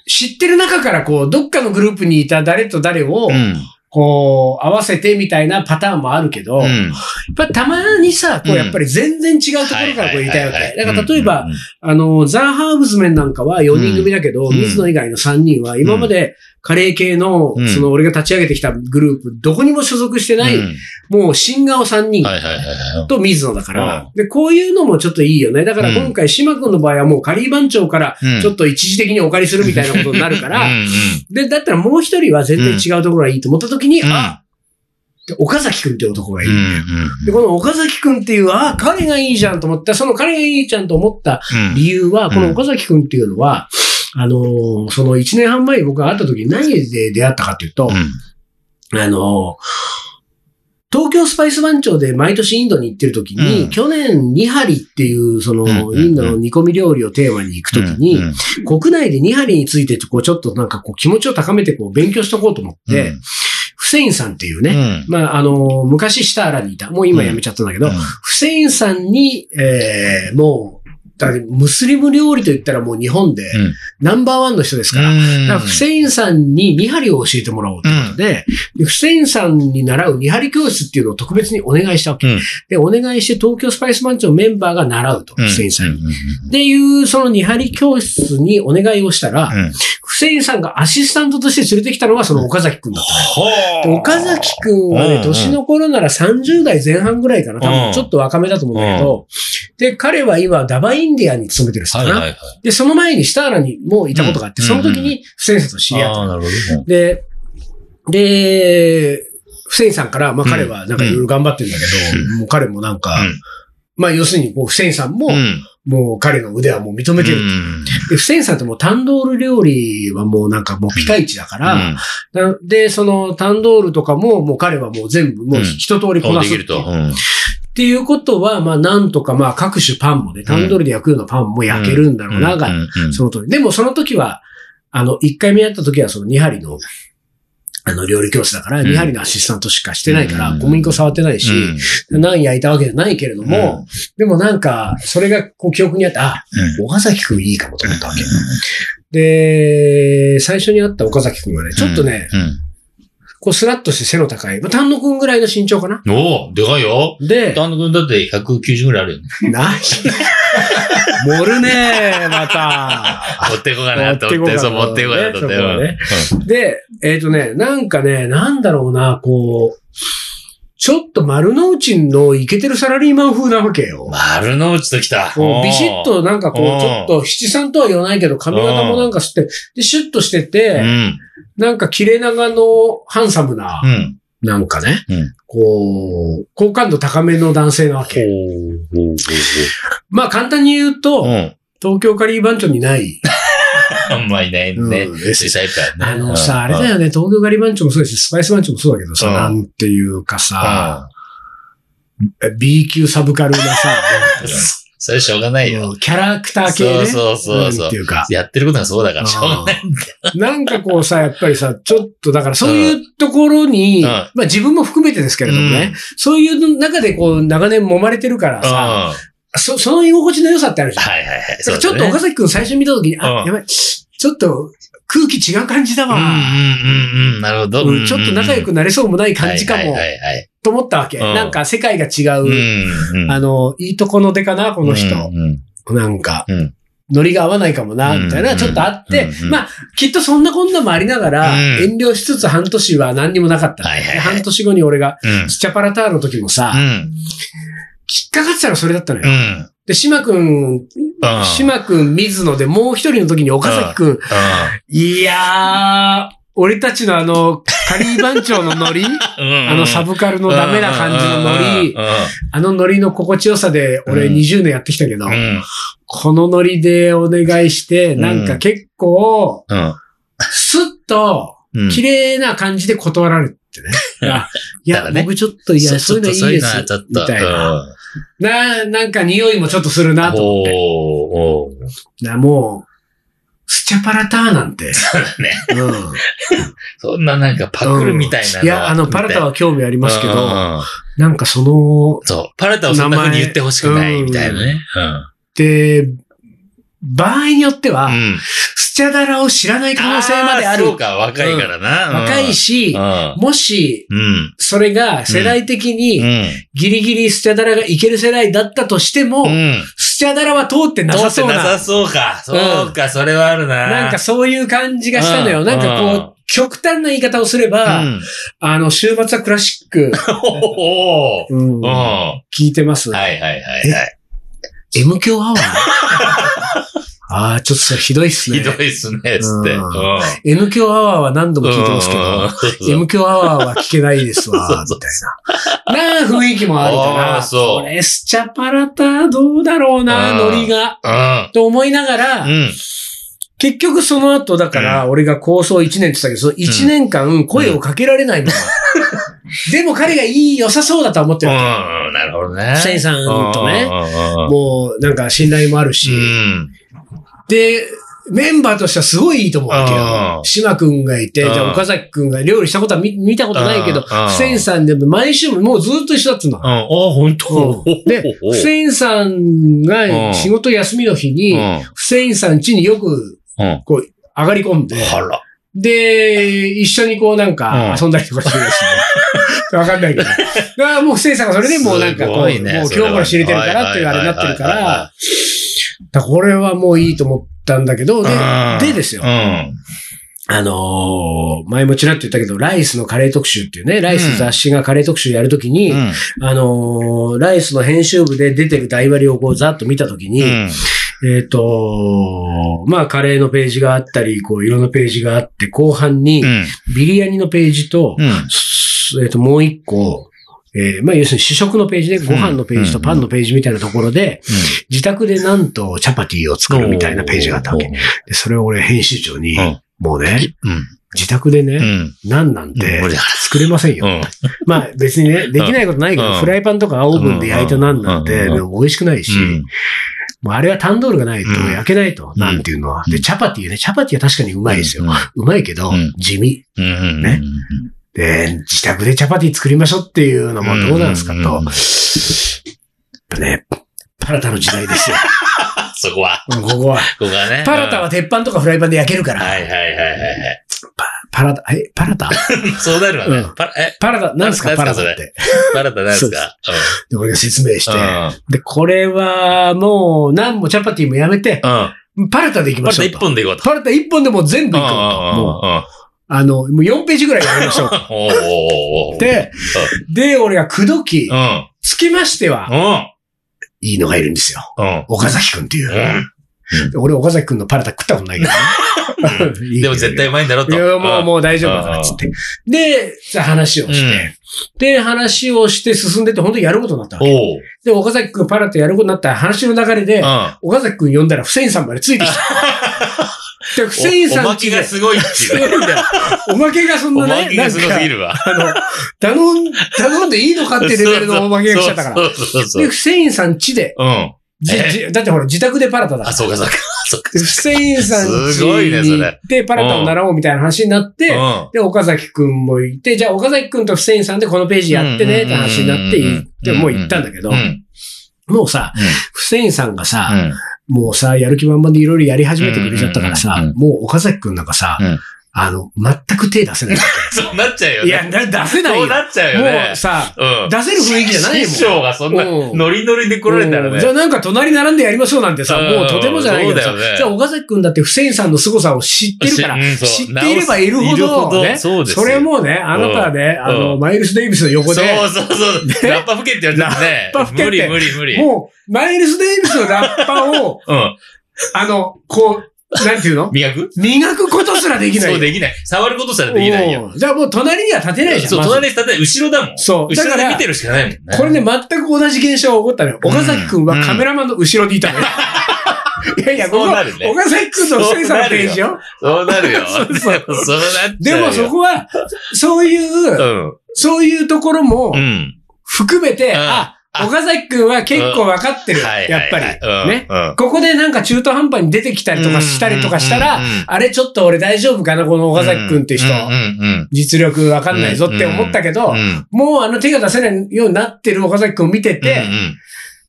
[SPEAKER 1] 知ってる中からこう、どっかのグループにいた誰と誰を
[SPEAKER 2] う、ん。
[SPEAKER 1] こう、合わせてみたいなパターンもあるけど、
[SPEAKER 2] う
[SPEAKER 1] やっ
[SPEAKER 2] ん
[SPEAKER 1] ぱたまにさ、こ
[SPEAKER 2] う
[SPEAKER 1] う、
[SPEAKER 2] ん
[SPEAKER 1] やっぱり全然違うところからこう入れたいわ
[SPEAKER 2] はいはい
[SPEAKER 1] け。
[SPEAKER 2] はい
[SPEAKER 1] だ
[SPEAKER 2] はい
[SPEAKER 1] から例えば
[SPEAKER 2] うん、
[SPEAKER 1] あの、ザ・ハーブズメンなんかは4人組だけど、
[SPEAKER 2] うん
[SPEAKER 1] 水野以外の3人は今までカレー系の
[SPEAKER 2] う、ん
[SPEAKER 1] その俺が立ち上げてきたグループ、どこにも所属してない、
[SPEAKER 2] うん
[SPEAKER 1] もう新顔3人
[SPEAKER 2] はいはいはいはい。
[SPEAKER 1] と水野だから、で、こういうのもちょっといいよね。だから今回、島君の場合はもうカリー番長から、
[SPEAKER 2] うん
[SPEAKER 1] ちょっと一時的にお借りするみたいなことになるか
[SPEAKER 2] う
[SPEAKER 1] ら、
[SPEAKER 2] んうん
[SPEAKER 1] で、だったらもう一人は全然違うところがいいと思った時に、
[SPEAKER 2] うん
[SPEAKER 1] あ、岡崎くんって男がいい。
[SPEAKER 2] うん
[SPEAKER 1] で、この岡崎くんっていう、ああ、彼がいいじゃんと思った、その彼がいいじゃんと思った
[SPEAKER 2] うんうん
[SPEAKER 1] 理由は、
[SPEAKER 2] ん
[SPEAKER 1] この岡崎くんっていうのは、あのーその1年半前に僕が会った時に何で出会ったかっていうと、
[SPEAKER 2] うん
[SPEAKER 1] あのー東京スパイス番長で毎年インドに行ってる時に、
[SPEAKER 3] うん
[SPEAKER 1] 去年ニハリっていう、その、
[SPEAKER 3] んうんうん
[SPEAKER 1] インドの煮込み料理をテーマに行く時に、
[SPEAKER 3] うんうん
[SPEAKER 1] 国内でニハリについて、こう、ちょっとなんかこう、気持ちを高めてこう、勉強しとこうと思って、
[SPEAKER 3] うん
[SPEAKER 1] フセインさんっていう
[SPEAKER 3] う
[SPEAKER 1] ね、
[SPEAKER 3] ん
[SPEAKER 1] まあ、あの、昔シターラにいた、もう今辞めちゃったんだけど、フセインさんに、えー、もう、だってムスリム料理と言ったらもう日本で
[SPEAKER 3] うん
[SPEAKER 1] ナンバーワンの人ですから、だからフセインさんにニハリを教えてもらおうということで、でフセインさんに習うニハリ教室っていうのを特別にお願いしたわけ。
[SPEAKER 3] うん
[SPEAKER 1] で、お願いして東京スパイスマンチョンメンバーが習うと、
[SPEAKER 3] うん
[SPEAKER 1] フセインさんに。
[SPEAKER 3] うん
[SPEAKER 1] っていう、そのニハリ教室にお願いをしたら、
[SPEAKER 3] うん
[SPEAKER 1] フセインさんがアシスタントとして連れてきたのがその岡崎くんだった。で
[SPEAKER 3] ほー
[SPEAKER 1] 岡崎くんは
[SPEAKER 3] うんう
[SPEAKER 1] ね、
[SPEAKER 3] ん
[SPEAKER 1] 年の頃なら30代前半ぐらいかな。多
[SPEAKER 3] うん
[SPEAKER 1] 分ちょっと若めだと思うんだけど。で、彼は今、ダバインディアンに勤めてる人
[SPEAKER 3] は
[SPEAKER 1] か
[SPEAKER 3] いはいは
[SPEAKER 1] な。
[SPEAKER 3] い。
[SPEAKER 1] で、その前にシターラにもいたことがあって、
[SPEAKER 3] うん
[SPEAKER 1] その時にフセインさんと知り合った。
[SPEAKER 3] ああ、なるほど。
[SPEAKER 1] で、で、フセインさんから、まあ彼はなんかいろいろ頑張ってるんだけど、もう彼もなんか、
[SPEAKER 3] うん
[SPEAKER 1] まあ要するにこうフセインさんも、
[SPEAKER 3] うん
[SPEAKER 1] もう彼の腕はもう認めてる。
[SPEAKER 3] うん
[SPEAKER 1] で、フセインさんってもうタンドール料理はもうなんかもうピカイチだから、
[SPEAKER 3] うん
[SPEAKER 1] なで、そのタンドールとかも、もう彼はもう全部、もう一通り
[SPEAKER 3] こ
[SPEAKER 1] こ
[SPEAKER 3] う
[SPEAKER 1] な
[SPEAKER 3] ですきる
[SPEAKER 1] っていう。
[SPEAKER 3] と。うん
[SPEAKER 1] っていうことは、まあなんとかまあ各種パンもね、タンドールで焼くようなパンも焼けるんだろうな、が、
[SPEAKER 3] うんうん
[SPEAKER 1] その通り。でもその時は、あの、一回目やった時はそのニハリの、あの、料理教室だから、
[SPEAKER 3] うん
[SPEAKER 1] ニハリのアシスタントしかしてないか
[SPEAKER 3] う
[SPEAKER 1] ら
[SPEAKER 3] ん、
[SPEAKER 1] 小麦粉触ってないし、
[SPEAKER 3] うん
[SPEAKER 1] 何焼いたわけじゃないけれど
[SPEAKER 3] う
[SPEAKER 1] も、でもなんか、それがこう記憶にあって、あ、
[SPEAKER 3] う
[SPEAKER 1] 岡崎くんいいかもと思ったわけ。で、最初に会った岡崎くんはね、ちょっとね、
[SPEAKER 3] ん
[SPEAKER 1] こうスラッとして背の高い、まあ、丹野くんぐらいの身長かな。
[SPEAKER 3] うんおおでかいよ。
[SPEAKER 1] で、
[SPEAKER 3] 丹野くんだって190ぐらいあるよね。
[SPEAKER 1] なし。盛るねまた。
[SPEAKER 2] 持っていこうかなと思って、そう、持っていこうかなと思って。
[SPEAKER 1] そうねで、えっ、とね、なんかね、なんだろうな、こう、ちょっと丸の内のイケてるサラリーマン風なわけよ
[SPEAKER 2] うん。丸の内ときた。
[SPEAKER 1] こうビシッとなんかこ
[SPEAKER 3] うん
[SPEAKER 1] う、ちょっと七三とは言わないけど、髪型もなんかして、で、シュッとして
[SPEAKER 3] う
[SPEAKER 1] て、
[SPEAKER 3] ん。
[SPEAKER 1] なんか切れ長のハンサムな
[SPEAKER 3] う、ん。
[SPEAKER 1] なんかね
[SPEAKER 3] うん、
[SPEAKER 1] こう、好感度高めの男性なわけ。まあ簡単に言う
[SPEAKER 3] う
[SPEAKER 1] と、
[SPEAKER 3] ん。
[SPEAKER 1] 東京カリー番長にない。
[SPEAKER 3] あんまいない
[SPEAKER 1] うん
[SPEAKER 3] ね。
[SPEAKER 1] です
[SPEAKER 3] 小さいからね
[SPEAKER 1] あのさ、あれ
[SPEAKER 3] よ
[SPEAKER 1] だ。よね、東京ガリバンチョもそうですし、スパイスバンチョもそうだけどさ、
[SPEAKER 3] うん
[SPEAKER 1] なんていうか
[SPEAKER 3] あ
[SPEAKER 1] さ、B 級サブカルなさ、
[SPEAKER 3] それしょうが ないよ。
[SPEAKER 1] キャラクター系ね。
[SPEAKER 3] そうそうそうそう
[SPEAKER 1] なんていうか。
[SPEAKER 3] やってることがそうだから、しょうがない。
[SPEAKER 1] うんなんかこうさ、やっぱりさ、ちょっとだからそういうところに、
[SPEAKER 3] うん
[SPEAKER 1] まあ自分も含めてですけれどもね、
[SPEAKER 3] うん
[SPEAKER 1] そういう中でこう長年揉まれてるから
[SPEAKER 3] うん
[SPEAKER 1] さ、
[SPEAKER 3] は
[SPEAKER 1] そその居心地の良さってあるじ
[SPEAKER 3] い
[SPEAKER 1] ゃん。
[SPEAKER 3] はいはい。
[SPEAKER 1] だからちょっと岡崎くん最初見た時に、あ、
[SPEAKER 3] うん
[SPEAKER 1] やばい、ちょっと空気違う感じだ
[SPEAKER 3] うんう
[SPEAKER 1] わ。
[SPEAKER 3] んうんうん。なるほど。
[SPEAKER 1] うんちょっと仲良くなれそうもない感じか
[SPEAKER 3] はい
[SPEAKER 1] も
[SPEAKER 3] は。いはい
[SPEAKER 1] と思ったわけ。
[SPEAKER 3] うん
[SPEAKER 1] なんか世界が違
[SPEAKER 3] はい。
[SPEAKER 1] う。
[SPEAKER 3] うんうん
[SPEAKER 1] あの、いいとこの出かな、この人。
[SPEAKER 3] うんうん
[SPEAKER 1] なんか
[SPEAKER 3] うん、
[SPEAKER 1] ノリが合わないかもな、みたいな、
[SPEAKER 3] うん
[SPEAKER 1] ちょっとあって
[SPEAKER 3] うん、
[SPEAKER 1] まあ、きっとそんなこんなもありながら
[SPEAKER 3] うん、
[SPEAKER 1] 遠慮しつつ半年は何にもなかった。
[SPEAKER 3] はいはいはい
[SPEAKER 1] 半年後に俺が、
[SPEAKER 3] うん
[SPEAKER 1] スチャパラターの時もさ、きっかかってたらそれだったの
[SPEAKER 3] うん。う
[SPEAKER 1] よ。
[SPEAKER 3] ん。
[SPEAKER 1] で、島くん、
[SPEAKER 3] うん
[SPEAKER 1] 島くん、水野でもう一人の時に岡崎くん、いやー、俺たちのあの、カリー番長のノリ
[SPEAKER 3] うん。
[SPEAKER 1] あのサブカルのダメな感じのノリ
[SPEAKER 3] うん、う
[SPEAKER 1] あのノリの心地よさで、俺
[SPEAKER 3] うん
[SPEAKER 1] 20年やってきたけど、
[SPEAKER 3] んうん。
[SPEAKER 1] このノリでお願いして、
[SPEAKER 3] うん
[SPEAKER 1] なんか結構、
[SPEAKER 3] うん。
[SPEAKER 1] スッ
[SPEAKER 3] う
[SPEAKER 1] と、
[SPEAKER 3] ん
[SPEAKER 1] 綺麗な感じで断られてね。 あい
[SPEAKER 3] だか
[SPEAKER 1] や、
[SPEAKER 3] らね
[SPEAKER 1] 僕ちょっと、いや、そういうのいいです。
[SPEAKER 3] ちょっと
[SPEAKER 1] みたいな。な、なんか匂いもちょっとするなと。
[SPEAKER 3] おーおー
[SPEAKER 1] な、もう、スチャパラターなんて。
[SPEAKER 3] ね
[SPEAKER 1] うん
[SPEAKER 3] そんななんかパクるみたいな。
[SPEAKER 1] いや、あの、パラタは興味ありますけ
[SPEAKER 3] うん
[SPEAKER 1] ど、
[SPEAKER 3] うん
[SPEAKER 1] なんかその、
[SPEAKER 3] そう。パラタをそんな風に言ってほしくないみたいなね。
[SPEAKER 1] で、場合によっては、
[SPEAKER 3] うんうん。
[SPEAKER 1] スチャダラを知らない可能性まであ
[SPEAKER 3] ー
[SPEAKER 1] る
[SPEAKER 3] そう。か、若いからな。うん
[SPEAKER 1] 若い。し
[SPEAKER 3] う、ん。
[SPEAKER 1] もし、
[SPEAKER 3] うん。
[SPEAKER 1] それが世代的
[SPEAKER 3] う
[SPEAKER 1] に
[SPEAKER 3] ん。
[SPEAKER 1] ギリギリスチャダラがいける世代だったとしても、
[SPEAKER 3] うん。
[SPEAKER 1] スチャダラは通ってな
[SPEAKER 3] 通
[SPEAKER 1] さ
[SPEAKER 3] って
[SPEAKER 1] そう
[SPEAKER 3] な
[SPEAKER 1] な
[SPEAKER 3] さ、そうか。そうか、それはあるな。
[SPEAKER 1] な んかそういう感じがしたの
[SPEAKER 3] う
[SPEAKER 1] よ。
[SPEAKER 3] ん
[SPEAKER 1] なんか
[SPEAKER 3] う
[SPEAKER 1] こう、極端な言い方をすれば、
[SPEAKER 3] うん、
[SPEAKER 1] あの、週末はクラシック、
[SPEAKER 3] おー
[SPEAKER 1] うん
[SPEAKER 3] うん。は
[SPEAKER 1] 聞いてます。
[SPEAKER 3] いはいはいはい。
[SPEAKER 1] M 強アワー ああ、ちょっとそれひどいっすね
[SPEAKER 3] ひ。どいっすね、つって。
[SPEAKER 1] う
[SPEAKER 3] うんん。
[SPEAKER 1] M 強アワーは何度も聞いてますけど、
[SPEAKER 3] ど
[SPEAKER 1] M 強アワーは聞けないです わ、
[SPEAKER 3] そうそう
[SPEAKER 1] みたいな。なあ、雰囲気もあるか
[SPEAKER 3] あー
[SPEAKER 1] ら、
[SPEAKER 3] そう
[SPEAKER 1] これ、スチャパラタどうだろうな、
[SPEAKER 3] うん
[SPEAKER 1] ノリが。
[SPEAKER 3] うん。
[SPEAKER 1] と思いながら、
[SPEAKER 3] うん。
[SPEAKER 1] 結局その後、だから、俺が構想1年って言ったけど、その1年間、声をかけられないの。でも彼がいい、良さそうだとは思って
[SPEAKER 2] うん、
[SPEAKER 1] る。
[SPEAKER 2] なるほどね。
[SPEAKER 1] シャイさんとね、
[SPEAKER 2] うん
[SPEAKER 1] もうなんか信頼もあるし、
[SPEAKER 2] うん。
[SPEAKER 1] で、メンバーとしてはすごいいいと思うわけ
[SPEAKER 2] う
[SPEAKER 1] よ。
[SPEAKER 2] ん
[SPEAKER 1] 島くんがいて、
[SPEAKER 2] うん
[SPEAKER 1] じゃあ岡崎くんが料理したことは見見たことないけど、
[SPEAKER 2] うん
[SPEAKER 1] フセンさんでも毎週もうずっと一緒だっつうの
[SPEAKER 2] うん。。あ、本当
[SPEAKER 1] うんで、フセンさんが仕事休みの日に、
[SPEAKER 2] うん。
[SPEAKER 1] フセインさん家によく
[SPEAKER 2] うん。
[SPEAKER 1] こう上がり込んで、
[SPEAKER 2] あら。
[SPEAKER 1] で、一緒にこうなんか
[SPEAKER 2] うん
[SPEAKER 1] 遊んだりとかしてるらしいね。 わかんないけど。だからもうフセインさんがそれでもうなんかこう、
[SPEAKER 2] す
[SPEAKER 1] もう
[SPEAKER 2] ご
[SPEAKER 1] 今
[SPEAKER 2] いね
[SPEAKER 1] 日
[SPEAKER 2] それは
[SPEAKER 1] から知れてるからっていうあれになってるか
[SPEAKER 2] はいは
[SPEAKER 1] ら、
[SPEAKER 2] いはいはい
[SPEAKER 1] だからこれはもういいと思ったんだけど、で
[SPEAKER 2] うん、
[SPEAKER 1] でですよ
[SPEAKER 2] う。ん。
[SPEAKER 1] あのー前もちらっと言ったけど、ライスのカレー特集っていうね、ライス雑誌がカレー特集やるときに、
[SPEAKER 2] うん
[SPEAKER 1] あのーライスの編集部で出てる台割りをこうざっと見たときに、
[SPEAKER 2] うん。
[SPEAKER 1] えっ、と、まあ、カレーのページがあったり、こう、色のページがあって、後半に
[SPEAKER 2] う、ん。
[SPEAKER 1] ビリヤニのページと、
[SPEAKER 2] うん。
[SPEAKER 1] すえっ、と、もう一個、えーまあ、要するに主食のページで、ご飯のページと
[SPEAKER 2] うん
[SPEAKER 1] パンのページみたいなところで、自宅でなんとチャパティを作るみたいなページがあったわけ。
[SPEAKER 2] う
[SPEAKER 1] で
[SPEAKER 2] ん、
[SPEAKER 1] それを俺編集長に、
[SPEAKER 2] うん
[SPEAKER 1] もうね、自宅でね、
[SPEAKER 2] うん。
[SPEAKER 1] なんなんて
[SPEAKER 2] うん
[SPEAKER 1] 作れませんよ。
[SPEAKER 2] うん。
[SPEAKER 1] まあ別にね、できないことないけど、
[SPEAKER 2] うん
[SPEAKER 1] フライパンとかオーブンで焼いたなんなんて、
[SPEAKER 2] うん
[SPEAKER 1] でも美味しくないし、もうあれはタンドールがないと
[SPEAKER 2] うん
[SPEAKER 1] 焼けないと、
[SPEAKER 2] ん
[SPEAKER 1] なんていうのは。
[SPEAKER 2] うん
[SPEAKER 1] で、チャパティね、チャパティは確かにうまいですよ。
[SPEAKER 2] う
[SPEAKER 1] うまいけど
[SPEAKER 2] うん、
[SPEAKER 1] 地味。
[SPEAKER 2] ん。うん。
[SPEAKER 1] ねで、自宅でチャパティ作りましょうっていうのもどうなんですか
[SPEAKER 2] うんうんうん
[SPEAKER 1] と。ね、パラタの時代ですよ。
[SPEAKER 2] あ、そこは。
[SPEAKER 1] うんここは。
[SPEAKER 2] ここはね。
[SPEAKER 1] パラタは鉄板とかフライパンで焼けるか
[SPEAKER 2] うん。は
[SPEAKER 1] ら。
[SPEAKER 2] いはいはいはいはい。
[SPEAKER 1] パラタ、え、パラタ
[SPEAKER 2] そうなるわ
[SPEAKER 1] う
[SPEAKER 2] ね
[SPEAKER 1] ん。
[SPEAKER 2] パラ、え、
[SPEAKER 1] パラ タ、なんですか
[SPEAKER 2] なん
[SPEAKER 1] パ
[SPEAKER 2] すか
[SPEAKER 1] ラタっ
[SPEAKER 2] そ
[SPEAKER 1] て。
[SPEAKER 2] パラタなんですか
[SPEAKER 1] で、俺が説明して
[SPEAKER 2] う。ん。
[SPEAKER 1] で、これはもう、何もチャパティもやめて、
[SPEAKER 2] うん。
[SPEAKER 1] パラタでいき
[SPEAKER 2] パ
[SPEAKER 1] ま
[SPEAKER 2] ラ
[SPEAKER 1] しょ
[SPEAKER 2] タ
[SPEAKER 1] う
[SPEAKER 2] 一
[SPEAKER 1] と。
[SPEAKER 2] 本でいこうと。
[SPEAKER 1] パラタ一本でもう全部いこうと。もう、あの、もう4ページぐらいやりま しょうと。
[SPEAKER 2] うんうんうん。おーおーおーおー。
[SPEAKER 1] で、で、俺が口説き
[SPEAKER 2] う、ん。
[SPEAKER 1] つきましては、いいのがいるんですよ。
[SPEAKER 2] うん。
[SPEAKER 1] 岡崎くんっていうう。
[SPEAKER 2] ん。
[SPEAKER 1] 俺、岡崎くんのパラタ食ったことないけどねいいけど。
[SPEAKER 2] でも絶対うまいんだろう
[SPEAKER 1] い
[SPEAKER 2] と。
[SPEAKER 1] や、もう、
[SPEAKER 2] ん
[SPEAKER 1] もう大丈夫だから、つって。で、じゃあ話をして。で、話をして進んでって、本当にやることになったわけ。
[SPEAKER 2] おう。
[SPEAKER 1] で、岡崎くんパラタやることになった話の流れで
[SPEAKER 2] う、ん。
[SPEAKER 1] 岡崎くん呼んだら、フセインさんまでつい てきた。で、フセインさん
[SPEAKER 2] おおま
[SPEAKER 1] ち
[SPEAKER 2] け
[SPEAKER 1] で
[SPEAKER 2] がすごいって
[SPEAKER 1] す
[SPEAKER 2] い
[SPEAKER 1] ご
[SPEAKER 2] う
[SPEAKER 1] いんだよ。おまけがそん
[SPEAKER 2] お
[SPEAKER 1] なね、
[SPEAKER 2] まけがすごすぎるわ。
[SPEAKER 1] あの、頼ん、頼んでいいのかってレベルのおまけが来ちゃったから。
[SPEAKER 2] そうそうそう
[SPEAKER 1] で、
[SPEAKER 2] そう。
[SPEAKER 1] フセインさん家で、
[SPEAKER 2] うん。
[SPEAKER 1] じ
[SPEAKER 2] え
[SPEAKER 1] じだってほら、自宅でパラタだか
[SPEAKER 2] あ、
[SPEAKER 1] ら。
[SPEAKER 2] そうかそうか。そうか
[SPEAKER 1] でフセインさん家
[SPEAKER 2] すごいねそ
[SPEAKER 1] に行
[SPEAKER 2] れ
[SPEAKER 1] って、パラタを習おうみたいな話になって、
[SPEAKER 2] うん。
[SPEAKER 1] で、岡崎くんもいて、じゃあ岡崎くんとフセインさんでこのページやってねって話になって、
[SPEAKER 2] うんうんうんうん
[SPEAKER 1] 行ってもう行ったんだけど
[SPEAKER 2] う、ん。
[SPEAKER 1] もうさ
[SPEAKER 2] うん、
[SPEAKER 1] フセインさんがさ、
[SPEAKER 2] うん
[SPEAKER 1] もうさ、やる気満々でいろいろやり始めてくれちゃったから
[SPEAKER 2] うんうん
[SPEAKER 1] さ
[SPEAKER 2] う、ん
[SPEAKER 1] もう岡崎くんなんかさ
[SPEAKER 2] うん、
[SPEAKER 1] あの、全く手出せない。
[SPEAKER 2] そうなっちゃうよね。
[SPEAKER 1] いや、だ出せない
[SPEAKER 2] そ
[SPEAKER 1] よ。も
[SPEAKER 2] うなっちゃうよね
[SPEAKER 1] う。さ、
[SPEAKER 2] うん。
[SPEAKER 1] 出せる雰囲気じゃないもん。
[SPEAKER 2] 師匠がそんな、
[SPEAKER 1] うん
[SPEAKER 2] ノリノリで来られたら
[SPEAKER 1] う
[SPEAKER 2] ね。
[SPEAKER 1] んじゃあなんか隣並んでやりましょうなんてさ、
[SPEAKER 2] うん
[SPEAKER 1] もうとてもじゃないけどさ、
[SPEAKER 2] そうだよね
[SPEAKER 1] じゃあ岡崎くんだってフセインさんの凄さを知ってるから、
[SPEAKER 2] うんそう
[SPEAKER 1] 知っていればいるほ
[SPEAKER 2] いるほ
[SPEAKER 1] ど、
[SPEAKER 2] ど
[SPEAKER 1] ね、
[SPEAKER 2] そうですよ
[SPEAKER 1] れはもうね、あなたはね、
[SPEAKER 2] ん
[SPEAKER 1] あの、
[SPEAKER 2] うん
[SPEAKER 1] マイルス・デイビスの横で、
[SPEAKER 2] そうそうそう。ラッパ吹けって言われてね。
[SPEAKER 1] ラッパ吹けっ
[SPEAKER 2] 無
[SPEAKER 1] て
[SPEAKER 2] 理無理無理。
[SPEAKER 1] もう、マイルス・デイビスのラッパ を、
[SPEAKER 2] うん。
[SPEAKER 1] あの、こう、なんていうの
[SPEAKER 2] 磨く
[SPEAKER 1] 磨くことすらできない
[SPEAKER 2] そ
[SPEAKER 1] よ。
[SPEAKER 2] うできない。触ることすらできないよ。
[SPEAKER 1] うんじゃあもう隣には立てないじゃん。
[SPEAKER 2] そう、
[SPEAKER 1] まず
[SPEAKER 2] 隣に立て後ろだもん。
[SPEAKER 1] そう。だ
[SPEAKER 2] 後
[SPEAKER 1] か
[SPEAKER 2] ろで見
[SPEAKER 1] ら
[SPEAKER 2] て、るしかないもんね。
[SPEAKER 1] これね、全く同じ現象が起こったのよ。
[SPEAKER 2] うん
[SPEAKER 1] 岡崎くんはカメラマンの後ろにいた のよ。いやいや、こ
[SPEAKER 2] そう
[SPEAKER 1] こ
[SPEAKER 2] なるね。
[SPEAKER 1] 岡崎くんとフセインさんのページよ。
[SPEAKER 2] そうなるよ。そ う
[SPEAKER 1] そう
[SPEAKER 2] なっち
[SPEAKER 1] で
[SPEAKER 2] ゃうよ
[SPEAKER 1] もそこは、そういう、そういうところも
[SPEAKER 2] うん。うん。
[SPEAKER 1] 含めて、
[SPEAKER 2] うん
[SPEAKER 1] あ、
[SPEAKER 2] あ
[SPEAKER 1] 岡崎くんは結構わかってる。
[SPEAKER 2] はいはいはい。
[SPEAKER 1] やっぱり。
[SPEAKER 2] うん
[SPEAKER 1] ね。
[SPEAKER 2] うん
[SPEAKER 1] ここでなんか中途半端に出てきたりとかしたりとかしたら、あれちょっと俺大丈夫かなこの岡崎くんって人
[SPEAKER 2] う。んうん
[SPEAKER 1] 実力わかんないぞって思ったけど
[SPEAKER 2] うん。う、ん
[SPEAKER 1] もうあの手が出せないようになってる岡崎くんを見て
[SPEAKER 2] う
[SPEAKER 1] て、
[SPEAKER 2] ん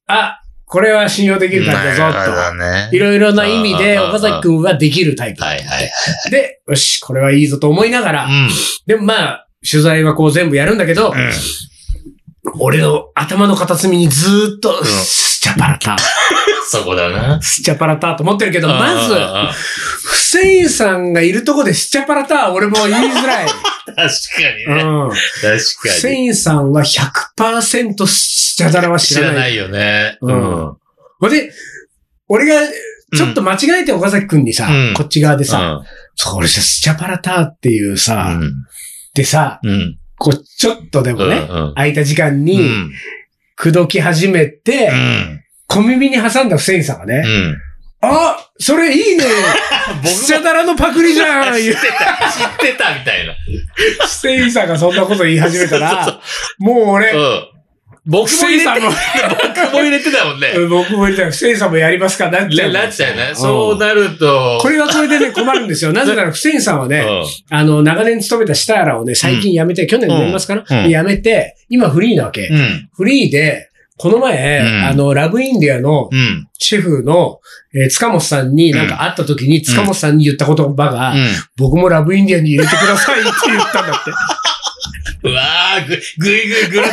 [SPEAKER 1] あ、これは信用でき
[SPEAKER 2] う
[SPEAKER 1] る
[SPEAKER 2] ん
[SPEAKER 1] タイプ
[SPEAKER 2] なるほ
[SPEAKER 1] だぞ
[SPEAKER 2] どね
[SPEAKER 1] と。いろいろな意味で
[SPEAKER 2] うんうんうん
[SPEAKER 1] 岡崎くんはできるタイプ。
[SPEAKER 2] はいはい
[SPEAKER 1] で、よし、これはいいぞと思いながら、
[SPEAKER 2] はい。
[SPEAKER 1] でもまあ、取材はこう全部やるんだけど、
[SPEAKER 2] うん。
[SPEAKER 1] 俺の頭の片隅にずーっと、
[SPEAKER 2] ん
[SPEAKER 1] スチャパラタ、
[SPEAKER 2] そこだな。
[SPEAKER 1] スチャパラタと思ってるけど、まず、
[SPEAKER 2] ず、
[SPEAKER 1] フセインさんがいるとこでスチャパラタは俺も言いづ らい。
[SPEAKER 2] 確かにね。
[SPEAKER 1] うん、
[SPEAKER 2] 確
[SPEAKER 1] フ
[SPEAKER 2] か
[SPEAKER 1] セ
[SPEAKER 2] に。
[SPEAKER 1] インさんは100%スチャダラは知
[SPEAKER 2] 知
[SPEAKER 1] ら
[SPEAKER 2] ら
[SPEAKER 1] な。
[SPEAKER 2] ないいよね。
[SPEAKER 1] う
[SPEAKER 2] うんん。
[SPEAKER 1] ほんで、俺がちょっと間違えて岡崎くんにさ、
[SPEAKER 2] うん
[SPEAKER 1] こっち側でさ、
[SPEAKER 2] うん
[SPEAKER 1] それさ、スチャパラタっていうさ、でさ、
[SPEAKER 2] うん。うん。
[SPEAKER 1] こう、ちょっとでもね、
[SPEAKER 2] うん。
[SPEAKER 1] 空いた時間
[SPEAKER 2] う
[SPEAKER 1] に、
[SPEAKER 2] ん。
[SPEAKER 1] 口説き始めて、
[SPEAKER 2] うん。
[SPEAKER 1] 小耳に挟んだフセインさんがね、
[SPEAKER 2] うん。
[SPEAKER 1] あそれいいね。
[SPEAKER 2] 僕も
[SPEAKER 1] スチャダラのパクリじゃん。
[SPEAKER 2] 知 ってた、知ってたみたいな。
[SPEAKER 1] ステイさんがそんなこと言い始めた
[SPEAKER 2] そう
[SPEAKER 1] ら、もう
[SPEAKER 2] う
[SPEAKER 1] 俺、
[SPEAKER 2] ん。僕も入れてたもんね。僕も入れてたもんね。
[SPEAKER 1] 僕も言いたい。ステイさんもやりますかなっちゃう。
[SPEAKER 2] なっちゃうね。
[SPEAKER 1] ん
[SPEAKER 2] そうなると。
[SPEAKER 1] これはこれでね、困るんです よ。なぜなら、フセインさんは
[SPEAKER 2] う
[SPEAKER 1] ね、
[SPEAKER 2] ん
[SPEAKER 1] あの、長年勤めたシターラをね、最近辞めて、去年年末かな、
[SPEAKER 2] うん
[SPEAKER 1] 辞めて、今フリーなわけ。
[SPEAKER 2] うん。
[SPEAKER 1] フリーで、この前、
[SPEAKER 2] うん
[SPEAKER 1] あの、ラブインディアの
[SPEAKER 2] うん。
[SPEAKER 1] シェフの、えー塚本さんになんか会った時に、塚本さんに言った言葉が、僕もラブインディアに入れてくださいって言ったんだ って。
[SPEAKER 2] うん。うわー、ぐ、ぐいぐいぐるね。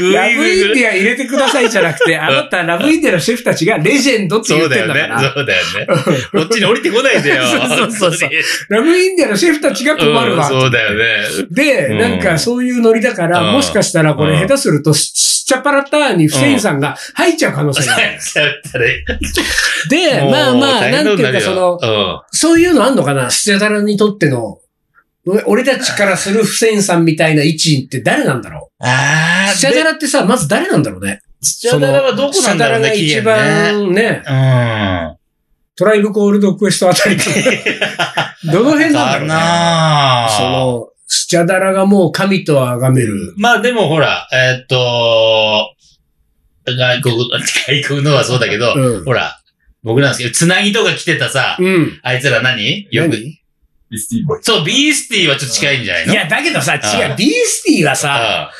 [SPEAKER 2] ぐ
[SPEAKER 1] ラ
[SPEAKER 2] い
[SPEAKER 1] ブ
[SPEAKER 2] ぐい
[SPEAKER 1] イ
[SPEAKER 2] ぐ
[SPEAKER 1] ン
[SPEAKER 2] る。
[SPEAKER 1] ディア入れてくださいじゃなく て、あなたラブインディアのシェフたちがレジェンドって
[SPEAKER 2] そ
[SPEAKER 1] 言
[SPEAKER 2] う
[SPEAKER 1] っ
[SPEAKER 2] だ
[SPEAKER 1] てん
[SPEAKER 2] よ
[SPEAKER 1] だか
[SPEAKER 2] ね。
[SPEAKER 1] ら、
[SPEAKER 2] そうだよね。こっちに降りてこないでよ。
[SPEAKER 1] そうそうそう
[SPEAKER 2] 本
[SPEAKER 1] ラブインディアのシェフたちが
[SPEAKER 2] 当に
[SPEAKER 1] 困るわ。
[SPEAKER 2] うんそうだよね。
[SPEAKER 1] で、
[SPEAKER 2] うん
[SPEAKER 1] なんかそういうノリだから、
[SPEAKER 2] うん
[SPEAKER 1] もしかしたらこ
[SPEAKER 2] う
[SPEAKER 1] れ
[SPEAKER 2] ん
[SPEAKER 1] 下手すると、しっちゃぱらターンにフセインさんが入っちゃう可能性がある。
[SPEAKER 2] しゃったね。
[SPEAKER 1] で、
[SPEAKER 2] もう
[SPEAKER 1] まあまあ、
[SPEAKER 2] 大
[SPEAKER 1] な
[SPEAKER 2] 変
[SPEAKER 1] ん
[SPEAKER 2] こ
[SPEAKER 1] て
[SPEAKER 2] と
[SPEAKER 1] い
[SPEAKER 2] に
[SPEAKER 1] う
[SPEAKER 2] る
[SPEAKER 1] か
[SPEAKER 2] よ
[SPEAKER 1] その、
[SPEAKER 2] うん
[SPEAKER 1] そういうのあんのかなスチャダラにとっての。俺俺たちからするフセインさんみたいな位置って誰なんだろう
[SPEAKER 2] あー、
[SPEAKER 1] スチャダラってさ、まず誰なんだろうね
[SPEAKER 2] 土屋柄はどこ
[SPEAKER 1] スチ
[SPEAKER 2] な
[SPEAKER 1] ャ
[SPEAKER 2] ん
[SPEAKER 1] ダ
[SPEAKER 2] だ
[SPEAKER 1] ラ
[SPEAKER 2] ろう
[SPEAKER 1] が
[SPEAKER 2] ね、
[SPEAKER 1] 一
[SPEAKER 2] 期限ね。
[SPEAKER 1] 番ね、
[SPEAKER 2] うん。
[SPEAKER 1] トライブコールドクエストあたり から。どの辺な
[SPEAKER 2] だ
[SPEAKER 1] んだろうね
[SPEAKER 2] な
[SPEAKER 1] そ
[SPEAKER 2] ぁ。
[SPEAKER 1] の、スチャダラがもう神と崇める。
[SPEAKER 2] まあでもほら、えーっと、外国、外国のはそうだけど、
[SPEAKER 1] うん。
[SPEAKER 2] ほら、僕なんですけど、つなぎとか着てたさ、
[SPEAKER 1] うん。
[SPEAKER 2] あいつら何よく。
[SPEAKER 1] 何
[SPEAKER 3] ビスティーボーイ。
[SPEAKER 2] そう、ビースティーはちょっと近いんじゃないの
[SPEAKER 1] い、や、だけどさ、違
[SPEAKER 2] う
[SPEAKER 1] う。
[SPEAKER 2] ん
[SPEAKER 1] ビースティはさ、
[SPEAKER 2] ああ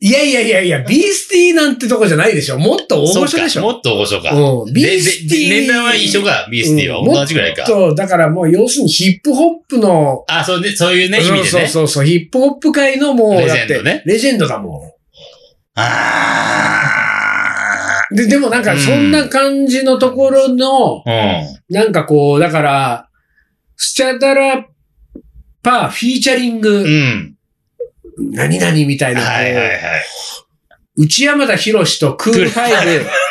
[SPEAKER 1] いやいやいやいや、ビースティなんてとこじゃないでしょ。もっと大御所でし
[SPEAKER 2] そうか
[SPEAKER 1] ょ。
[SPEAKER 2] もっと大御所か。
[SPEAKER 1] うん。ビースティ
[SPEAKER 2] でで年代は一緒か、ビースティーは。
[SPEAKER 1] うん
[SPEAKER 2] 同じぐらいか。
[SPEAKER 1] もっと、だからもう要するにヒップホップの、
[SPEAKER 2] あ、そうね、そういうね、意味でね。
[SPEAKER 1] そうそうそう、ヒップホップ界のもう、
[SPEAKER 2] レジェンド
[SPEAKER 1] だ
[SPEAKER 2] ね
[SPEAKER 1] ってレジェンドだも
[SPEAKER 2] あ
[SPEAKER 1] ん。で、でもなんかそんな感じのところの、
[SPEAKER 2] あ。うん。
[SPEAKER 1] なんかこう、だから、スチャダラパーフィーチャリング、
[SPEAKER 2] うん。
[SPEAKER 1] 何々みたいな、こう
[SPEAKER 2] はいはいはい。
[SPEAKER 1] 内山田博士とクールファイ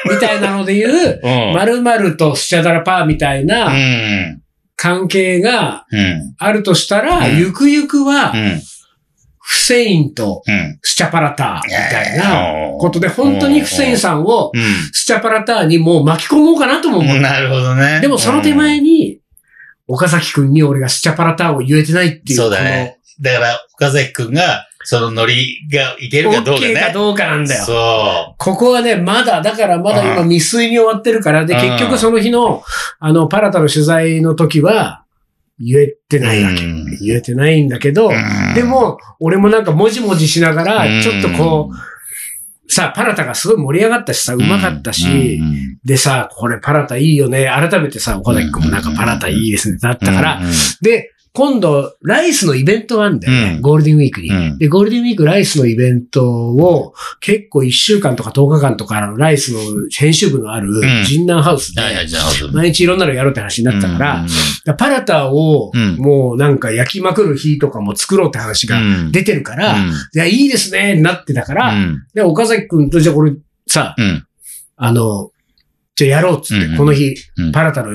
[SPEAKER 1] ブみたいなので言う、
[SPEAKER 2] うん。。
[SPEAKER 1] まるまるとスチャダラパーみたいうなん関係が
[SPEAKER 2] うん。
[SPEAKER 1] あるとしたら、
[SPEAKER 2] うん
[SPEAKER 1] ゆくゆくは
[SPEAKER 2] う、ん。
[SPEAKER 1] フセインと
[SPEAKER 2] うん。
[SPEAKER 1] スチャパラターみたいな
[SPEAKER 2] う
[SPEAKER 1] ことで、本当にフセインさんを
[SPEAKER 2] ん。
[SPEAKER 1] スチャパラターにもう巻き込もうかなとも思
[SPEAKER 2] う
[SPEAKER 1] う。
[SPEAKER 2] ん。なるほどね。
[SPEAKER 1] でもその手前に、岡崎くんに俺がスチャパラターを言えてないっていう。
[SPEAKER 2] そうだねうん。だから、岡崎くんが、そのノリがいけ
[SPEAKER 1] こ
[SPEAKER 2] る
[SPEAKER 1] の。
[SPEAKER 2] かどうか
[SPEAKER 1] OK か
[SPEAKER 2] ね。
[SPEAKER 1] どうかなんだよ。
[SPEAKER 2] そ
[SPEAKER 1] ここはね、まだ、だからまだ今
[SPEAKER 2] う
[SPEAKER 1] 未遂に終わってるから、で、
[SPEAKER 2] うん
[SPEAKER 1] 結局その日の、あの、パラタの取材の時は、言えて
[SPEAKER 2] う。
[SPEAKER 1] ないわけ。
[SPEAKER 2] うん
[SPEAKER 1] 言えてないんだけど、
[SPEAKER 2] うん
[SPEAKER 1] でも、俺もなんかもじもじしながら、ちょっとこ
[SPEAKER 2] う
[SPEAKER 1] う、さ、パラタがすごい盛り上がったしさ、うまかったし、でさ、これパラタいいよね。改めてさ、岡崎君もなんかパラタいいですね。だったから、、で、今度、ライスのイベントがあるんだよね。
[SPEAKER 2] うん
[SPEAKER 1] ゴールデンウィークに。
[SPEAKER 2] うん
[SPEAKER 1] で、ゴールデンウィークライスのイベントを、結構1週間とか10日間とか、あのライスの編集部のある
[SPEAKER 2] ん、
[SPEAKER 1] 神南ハウスで、
[SPEAKER 2] はいはい、じゃあ、
[SPEAKER 1] 毎日いろんなのやろうって話になったから、だからパラタを
[SPEAKER 2] うん、
[SPEAKER 1] もうなんか焼きまくる日とかも作ろうって話が
[SPEAKER 2] うん
[SPEAKER 1] 出てるから、
[SPEAKER 2] うん
[SPEAKER 1] いや、いいですね、なってたから、
[SPEAKER 2] うん
[SPEAKER 1] で、岡崎くんと、じゃあこれ、さ、
[SPEAKER 2] うん
[SPEAKER 1] あの、じゃあやろうっつって、
[SPEAKER 2] うんうん
[SPEAKER 1] この日、
[SPEAKER 2] うん
[SPEAKER 1] パラタの、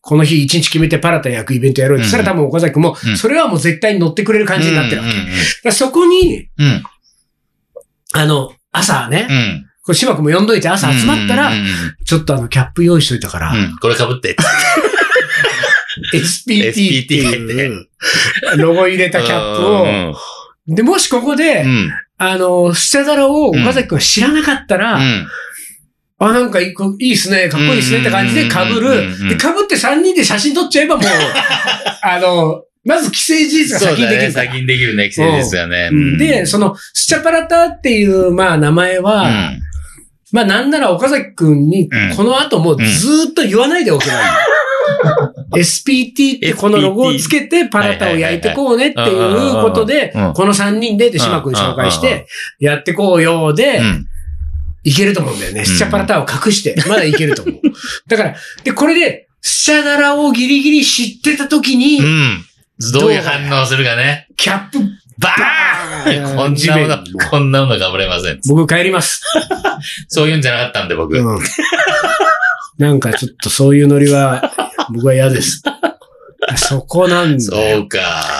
[SPEAKER 1] この日一日決めてパラタ焼くイベントやろうって、
[SPEAKER 2] うんうん
[SPEAKER 1] そしたら多分岡崎くんも、
[SPEAKER 2] うん
[SPEAKER 1] それはもう絶対に乗ってくれる感じになってるわけ。だからそこに、
[SPEAKER 2] うんうん
[SPEAKER 1] あの、朝ね、
[SPEAKER 2] うんうん
[SPEAKER 1] これ島君も呼んどいて朝集まったら、
[SPEAKER 2] うんうん
[SPEAKER 1] ちょっとあの、キャップ用意しといたから、
[SPEAKER 2] うんうんこれ被って。
[SPEAKER 1] SPT っていう、ロゴ入れたキャップ
[SPEAKER 2] う
[SPEAKER 1] を、
[SPEAKER 2] ん
[SPEAKER 1] で、もしここ
[SPEAKER 2] う
[SPEAKER 1] で、
[SPEAKER 2] ん
[SPEAKER 1] あの、スチャダラを岡崎くんが知らなかったら、
[SPEAKER 2] うん
[SPEAKER 1] あ、なんかいいこいいっすね、かっこいいっすねって感じで被
[SPEAKER 2] うんうんうんう
[SPEAKER 1] る。
[SPEAKER 2] ん
[SPEAKER 1] で、被って3人で写真撮っちゃえばもう、あの、まず既成事実が
[SPEAKER 2] そう
[SPEAKER 1] 先に
[SPEAKER 2] だ
[SPEAKER 1] でき
[SPEAKER 2] ね。
[SPEAKER 1] るから。
[SPEAKER 2] 先にできるね、季節ですよね
[SPEAKER 1] う。んで、その、スチャパラタっていう、まあ、名前
[SPEAKER 2] うん、
[SPEAKER 1] は、まあ、なんなら岡崎くんに
[SPEAKER 2] う、ん
[SPEAKER 1] この後もずーっと言わないでおけばいい。SPT ってこのロゴをつけてパラタを焼いてこうねっていうことで
[SPEAKER 2] うんうんうんうん、
[SPEAKER 1] この3人で、で、島くん紹介し
[SPEAKER 2] うんうんうん
[SPEAKER 1] て、やってこうようで
[SPEAKER 2] う、ん
[SPEAKER 1] いけると思うんだよね。スチャパラターを隠して、まだいけると思 う。だから、で、これで、スチャダラをギリギリ知ってた時
[SPEAKER 2] う
[SPEAKER 1] に、
[SPEAKER 2] ん。どういう反応するかね。
[SPEAKER 1] キャップ、
[SPEAKER 2] バーン
[SPEAKER 1] バーン
[SPEAKER 2] こん
[SPEAKER 1] 地面
[SPEAKER 2] なも
[SPEAKER 1] に
[SPEAKER 2] の、こんなもの被れません。
[SPEAKER 1] 僕帰ります。
[SPEAKER 2] そういうんじゃなかったんで、僕。
[SPEAKER 1] うん なんかちょっとそういうノリは、僕は嫌です。そこなんだ
[SPEAKER 2] そ
[SPEAKER 1] よ。
[SPEAKER 2] うか。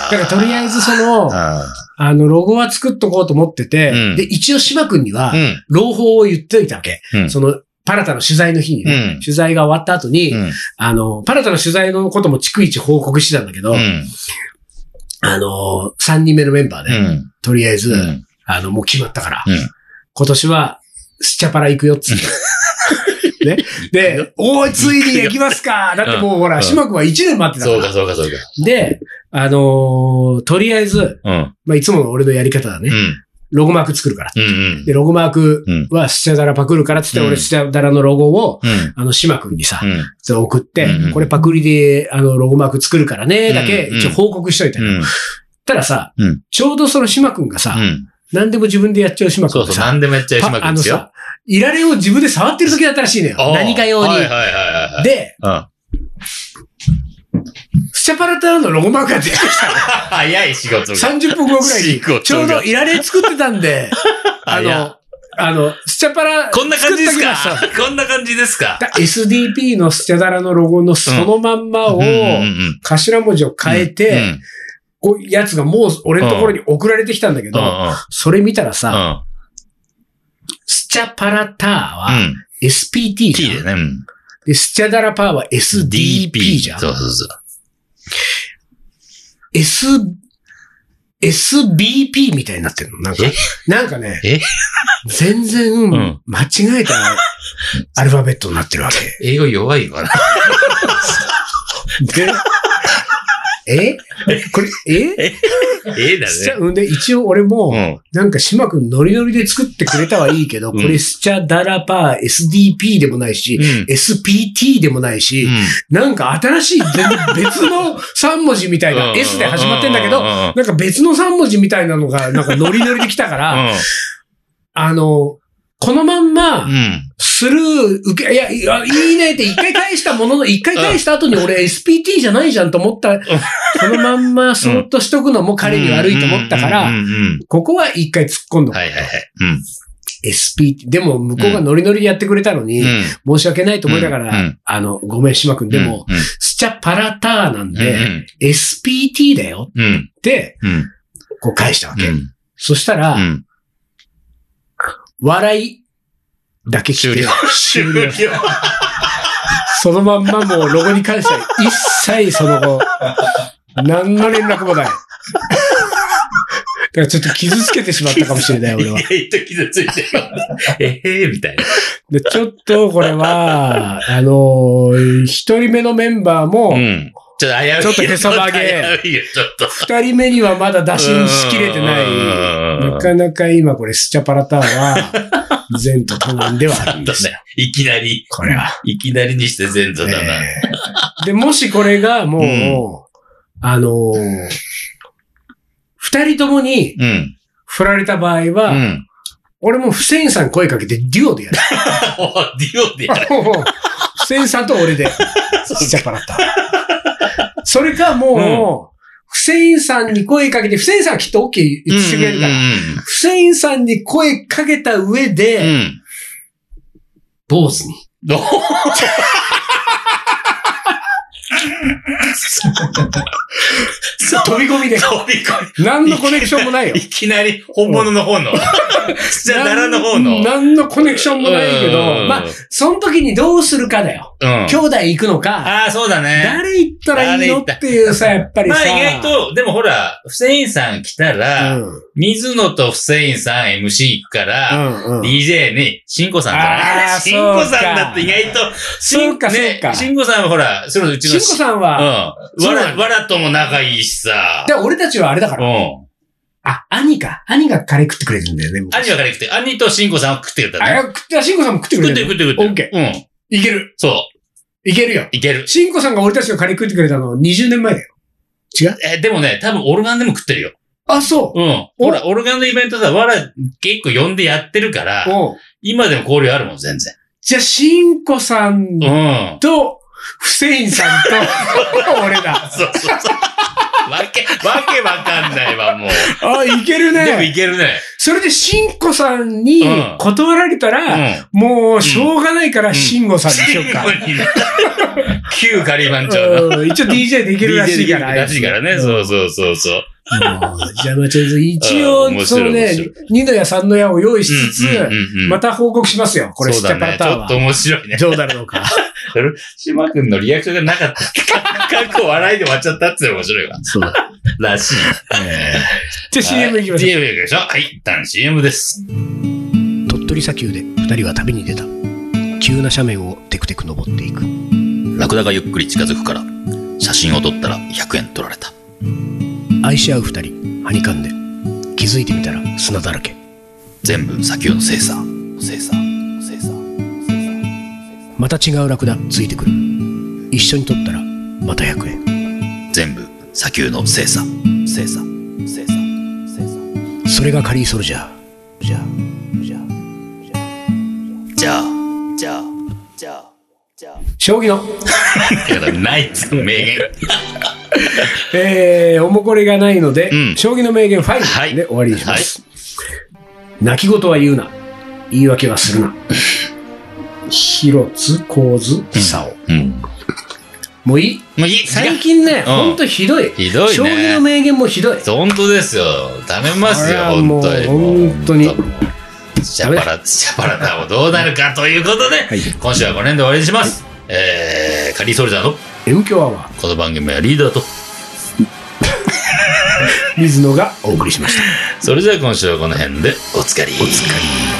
[SPEAKER 1] だからとりあえずその、あの、ロゴは作っとこうと思ってて、
[SPEAKER 2] うん
[SPEAKER 1] で、一応島くんには
[SPEAKER 2] う、ん。
[SPEAKER 1] 朗報を言っておいたわけ。
[SPEAKER 2] うん
[SPEAKER 1] その、パラタの取材の日に
[SPEAKER 3] う
[SPEAKER 1] ね、
[SPEAKER 3] ん。
[SPEAKER 1] 取材が終わった後に、
[SPEAKER 3] うん。
[SPEAKER 1] あの、パラタの取材のことも逐一報告してたんだけど、
[SPEAKER 3] うん。
[SPEAKER 1] あの、3人目のメンバーで、
[SPEAKER 3] うん。
[SPEAKER 1] とりあえず、
[SPEAKER 3] うん。
[SPEAKER 1] あの、もう決まったから、
[SPEAKER 3] うん
[SPEAKER 1] 今年は、スチャパラ行くよっつって。 ね。で、おー、ついに行きますかだってもうほ
[SPEAKER 2] う
[SPEAKER 1] ら、
[SPEAKER 2] ん
[SPEAKER 1] しまくは1年待ってたか。
[SPEAKER 2] そうからそうかそうか。
[SPEAKER 1] で、あのーとりあえず、
[SPEAKER 2] うん。
[SPEAKER 1] まあ、いつもの俺のやり方だ
[SPEAKER 3] う
[SPEAKER 1] ね。
[SPEAKER 3] ん。
[SPEAKER 1] ロゴマーク作るから。
[SPEAKER 3] うん。うん。
[SPEAKER 1] で、ロゴマークはスチャダラパクるからっつって、
[SPEAKER 3] うん
[SPEAKER 1] 俺スチャダラのロゴを、
[SPEAKER 3] うん。
[SPEAKER 1] あの、島君にさ
[SPEAKER 3] う、ん。
[SPEAKER 1] それ送って
[SPEAKER 3] うんうん、
[SPEAKER 1] これパクリで、あの、ロゴマーク作るからね、だけ
[SPEAKER 3] うんうん
[SPEAKER 1] 一応報告しといたよ。
[SPEAKER 3] うん。
[SPEAKER 1] たらさ
[SPEAKER 3] うん、
[SPEAKER 1] ちょうどその島君がさ
[SPEAKER 3] う、ん。
[SPEAKER 1] 何でも自分でやっちゃう島
[SPEAKER 2] そ
[SPEAKER 1] 君
[SPEAKER 2] う
[SPEAKER 1] が
[SPEAKER 2] そう。
[SPEAKER 1] さ、
[SPEAKER 2] 何でもやっちゃう島
[SPEAKER 1] あ
[SPEAKER 2] 君で
[SPEAKER 1] の
[SPEAKER 2] すよ。
[SPEAKER 1] さ、いられを自分で触ってる時だったらしいのよ。
[SPEAKER 2] あー
[SPEAKER 1] 何か用に。
[SPEAKER 2] はいはいはいはいはい。
[SPEAKER 1] で、
[SPEAKER 2] うん。
[SPEAKER 1] スチャパラタのロゴマークが出てきた
[SPEAKER 2] 早 い仕事が。
[SPEAKER 1] の。30分後ぐらいに
[SPEAKER 2] 仕事が、
[SPEAKER 1] ちょうどいられ作ってたん で、あ
[SPEAKER 2] 早い
[SPEAKER 1] の、あの、スチャパラ、
[SPEAKER 2] こんな感じですか
[SPEAKER 1] 作っときまし
[SPEAKER 2] こんな感じですか
[SPEAKER 1] た SDP のスチャダラのロゴのそのまんまを
[SPEAKER 3] うん、うん。
[SPEAKER 1] 頭文字を変えて、こうやつがもう俺のところに送られてきたんだけ
[SPEAKER 3] うん。うん。
[SPEAKER 1] ど、それ見たら
[SPEAKER 3] う
[SPEAKER 1] さ、
[SPEAKER 3] ん。
[SPEAKER 1] スチャパラター
[SPEAKER 3] う
[SPEAKER 1] は
[SPEAKER 3] ん。
[SPEAKER 1] SPT じ
[SPEAKER 3] T
[SPEAKER 1] ゃん。
[SPEAKER 3] でね。うん。
[SPEAKER 1] で、スチャダラパーは SDP じゃん。
[SPEAKER 3] そうそうそう。
[SPEAKER 1] S、SBP みたいになってるのなんか
[SPEAKER 3] え、
[SPEAKER 1] なんかね
[SPEAKER 3] え、
[SPEAKER 1] 全然
[SPEAKER 3] ん
[SPEAKER 1] 間違えたアルファベットになってるわけ。
[SPEAKER 2] 英語弱い から。
[SPEAKER 1] で、えこれ、え
[SPEAKER 2] ええだ
[SPEAKER 1] スチャ
[SPEAKER 2] ね。
[SPEAKER 1] うんで、一応俺
[SPEAKER 3] う
[SPEAKER 1] も、
[SPEAKER 3] ん。
[SPEAKER 1] なんか島くんノリノリで作ってくれたはいいけど、
[SPEAKER 3] うん
[SPEAKER 1] これスチャダラパー SDP でもないし、
[SPEAKER 3] うん。
[SPEAKER 1] SPT でもないし、なんか 新しい全然別の3文字みたいな S で始まってんだけど
[SPEAKER 3] う、ん。
[SPEAKER 1] なんか別の3文字みたいなのが、なんかノリノリできたから、あの、このまんま、
[SPEAKER 3] うん。
[SPEAKER 1] スルー、受け、いや、いやいいねって一回返したものの、一回返した後に俺 SPT じゃないじゃんと思った、このまんまそーっとしとくのも彼に悪いと思ったか
[SPEAKER 3] うん
[SPEAKER 1] ら、
[SPEAKER 3] うん。
[SPEAKER 1] ここは一回突っ込んどく。
[SPEAKER 3] はいはいはい。うん。
[SPEAKER 1] SPT、でも向こうがノリノリでやってくれたのに、
[SPEAKER 3] うん。
[SPEAKER 1] 申し訳ないと思いながら、
[SPEAKER 3] うんうん
[SPEAKER 1] あの、ごめん、島君でも、
[SPEAKER 3] うん、
[SPEAKER 1] スチャパラターなん
[SPEAKER 3] うん
[SPEAKER 1] で、SPT だよ
[SPEAKER 3] うん。うん。
[SPEAKER 1] って、
[SPEAKER 3] うん。
[SPEAKER 1] こう返したわけ。
[SPEAKER 3] うん。
[SPEAKER 1] そしたら、
[SPEAKER 3] うん。
[SPEAKER 1] 笑いだけ来
[SPEAKER 3] 終
[SPEAKER 1] て
[SPEAKER 3] 了、
[SPEAKER 1] 終了。 そのまんまもうロゴに関しては一切その後、何の連絡もない。だからちょっと傷つけてしまったかもしれない、俺は。
[SPEAKER 2] 意外と傷ついて る。ええみたいな。
[SPEAKER 1] で、ちょっとこれは、あのー一人目のメンバーも、
[SPEAKER 3] うん。
[SPEAKER 2] ちょっと危ういよ。
[SPEAKER 1] ちょっとへそ曲げ
[SPEAKER 2] ちょっと危ういよ、ちょっと。
[SPEAKER 1] 二人目にはまだ打診しきれて
[SPEAKER 2] う
[SPEAKER 1] ない。
[SPEAKER 2] ん
[SPEAKER 1] なかなか今これスチャパラターは、前途多難ではあるんですよ。
[SPEAKER 2] いきなり、
[SPEAKER 1] これは。
[SPEAKER 2] いきなりにして全土だな。
[SPEAKER 1] ええで、もしこれがもう、あのー二人ともに
[SPEAKER 3] うん。
[SPEAKER 1] 振られた場合は、
[SPEAKER 3] うん。
[SPEAKER 1] 俺もフセインさん声かけてデュオでやる。
[SPEAKER 2] もうデュオでやる。
[SPEAKER 1] もうフセインさんと俺で、スチャパラター。それかもう、フセインさんに声かけて、フセインさんはきっと OK 言ってくれるから、
[SPEAKER 3] う
[SPEAKER 1] フセインさんに声かけた上
[SPEAKER 3] ん。う
[SPEAKER 1] で、
[SPEAKER 3] ん。
[SPEAKER 1] 坊主に。
[SPEAKER 3] どう
[SPEAKER 2] そう
[SPEAKER 1] 飛び込みで。
[SPEAKER 2] 飛び 込
[SPEAKER 1] 何のコネクションもないよ
[SPEAKER 2] み。。いきなり本物の方の。じゃあ、奈良の方の。
[SPEAKER 1] 何のコネクションもないけ
[SPEAKER 2] う
[SPEAKER 1] ど、
[SPEAKER 2] ん
[SPEAKER 1] まあ、その時にどうするかだよ。
[SPEAKER 3] うん。
[SPEAKER 1] 兄弟行くのか、
[SPEAKER 2] ああ、そうだね。
[SPEAKER 1] 誰行ったらいいのっていうさ、やっぱり
[SPEAKER 2] ま
[SPEAKER 1] さ。
[SPEAKER 2] あ意外と、でもほら、フセインさん来たら、
[SPEAKER 1] うん、
[SPEAKER 2] 水野とフセインさん MC 行くから、
[SPEAKER 1] うん、うん。
[SPEAKER 2] DJ に、シンコさんだ
[SPEAKER 1] あ
[SPEAKER 2] ね。
[SPEAKER 1] ー
[SPEAKER 2] シンコ
[SPEAKER 1] そう
[SPEAKER 2] さん
[SPEAKER 1] か
[SPEAKER 2] だって意外と、シ
[SPEAKER 1] そう
[SPEAKER 2] ン
[SPEAKER 1] かそう
[SPEAKER 2] ね
[SPEAKER 1] か、
[SPEAKER 2] シンコさんはほら、それのうち
[SPEAKER 1] しん
[SPEAKER 2] の
[SPEAKER 1] こさんは、
[SPEAKER 2] うん。わ
[SPEAKER 1] そうな
[SPEAKER 2] ら、
[SPEAKER 1] ん
[SPEAKER 2] わらとも仲いいしさ。
[SPEAKER 1] で俺たちはあれだか
[SPEAKER 2] うん
[SPEAKER 1] ら。。あ、兄か。兄がカレー食ってくれるんだよね。昔
[SPEAKER 2] 兄は彼食って、兄とシンコさんは食ってくれた
[SPEAKER 1] あ、
[SPEAKER 2] ね。
[SPEAKER 1] 食って、しんこさんも食ってく
[SPEAKER 2] 食
[SPEAKER 1] れ
[SPEAKER 2] って
[SPEAKER 1] る
[SPEAKER 2] 食って食って。
[SPEAKER 1] オッケ
[SPEAKER 2] ー。うん。
[SPEAKER 1] いける。
[SPEAKER 2] そ
[SPEAKER 1] いけるよ。
[SPEAKER 2] う。いける。
[SPEAKER 1] しんこさんが俺たちのカレー食ってくれたの20年前だよ。
[SPEAKER 2] えー、でもね、多分オルガンでも食ってるよ。
[SPEAKER 1] あ、そ
[SPEAKER 2] うん。ほら、オルガンのイベントさ、わら結構呼んでやってるから
[SPEAKER 1] う。、おう
[SPEAKER 2] 今でも交流あるもん、全然。
[SPEAKER 1] じゃあ、しんこさん
[SPEAKER 2] うん。
[SPEAKER 1] と、フセインさんと、 俺だ。
[SPEAKER 2] そうそうそう。わけ、わけわかんないわ、もう。
[SPEAKER 1] あ、いける
[SPEAKER 2] でもい
[SPEAKER 1] ね。
[SPEAKER 2] けるね。
[SPEAKER 1] それで、しんこさんに
[SPEAKER 2] うん
[SPEAKER 1] 断られた
[SPEAKER 2] う
[SPEAKER 1] ら、
[SPEAKER 2] ん。
[SPEAKER 1] もう、しょうがないから、
[SPEAKER 2] ん
[SPEAKER 1] しんごさんにしよ っか。
[SPEAKER 2] 旧カリバン町の。
[SPEAKER 1] うん一応 DJ できるらしいから。
[SPEAKER 2] らしいからね。そうそうそうそう。
[SPEAKER 1] もうじゃあ、まあ、ちょっと一
[SPEAKER 2] あー
[SPEAKER 1] 応、
[SPEAKER 2] 面白い
[SPEAKER 1] そのね
[SPEAKER 2] 面白い、
[SPEAKER 1] 二の矢三の矢を用意しつつ、
[SPEAKER 2] うんうんうんうん
[SPEAKER 1] また報告しますよ。これ、
[SPEAKER 2] そ
[SPEAKER 1] シ
[SPEAKER 2] う
[SPEAKER 1] ッチャ
[SPEAKER 2] だ
[SPEAKER 1] パ
[SPEAKER 2] ね。
[SPEAKER 1] ラ
[SPEAKER 2] ち
[SPEAKER 1] ター
[SPEAKER 2] ょ
[SPEAKER 1] は
[SPEAKER 2] っと。面白いね。
[SPEAKER 1] どうなるのか。
[SPEAKER 2] 島君のリアクションがなかった。かっこ笑いで終わっちゃったっつうの面白いわ。
[SPEAKER 1] そう。
[SPEAKER 2] らしい。
[SPEAKER 1] じゃあ CM いきましょう。
[SPEAKER 2] CM 行きましょう。はい、一旦 CM です。
[SPEAKER 1] 鳥取砂丘で2人は旅に出た急な斜面をテクテク登っていく
[SPEAKER 4] ラクダがゆっくり近づくから写真を撮ったら100円取られた
[SPEAKER 1] 愛し合う2人はにかんで気づいてみたら砂だらけ
[SPEAKER 4] 全部砂丘の精査精査精査
[SPEAKER 1] また違うラクダついてくる一緒に撮ったらまた100円
[SPEAKER 4] 全部砂丘の精査精査精査精査
[SPEAKER 1] それがカリーソルジャーじゃあじゃあ
[SPEAKER 4] じゃあじゃあじゃあじゃあ
[SPEAKER 1] 将棋の、
[SPEAKER 2] いや、ないっつうの名言。
[SPEAKER 1] えー、おもこれがないので、
[SPEAKER 2] うん
[SPEAKER 1] 将棋の名言5、
[SPEAKER 2] はい
[SPEAKER 1] で終わりにします、泣き言は言うな言い訳はするな広津構図久尾
[SPEAKER 2] うん。
[SPEAKER 1] もういい
[SPEAKER 2] もういい、最
[SPEAKER 1] 最近
[SPEAKER 2] 近。
[SPEAKER 1] ね、
[SPEAKER 2] うん
[SPEAKER 1] ほんとひどい。
[SPEAKER 2] ひどいね。
[SPEAKER 1] 将棋の名言もひどい。
[SPEAKER 2] 本当ですよ。ダメますよ、
[SPEAKER 1] あらもう
[SPEAKER 2] 本当に。
[SPEAKER 1] 本当に
[SPEAKER 2] もう。シャパラ、シャパラダもどうなるかということで、
[SPEAKER 1] い
[SPEAKER 2] 今週はこの辺で終わりにします。えー、カリーソルジャーの
[SPEAKER 1] M 強アワー、
[SPEAKER 2] この番組はリーダーと、
[SPEAKER 1] 水野がお送りしました。
[SPEAKER 2] それじゃあ今週はこの辺でおつかり。おつかり。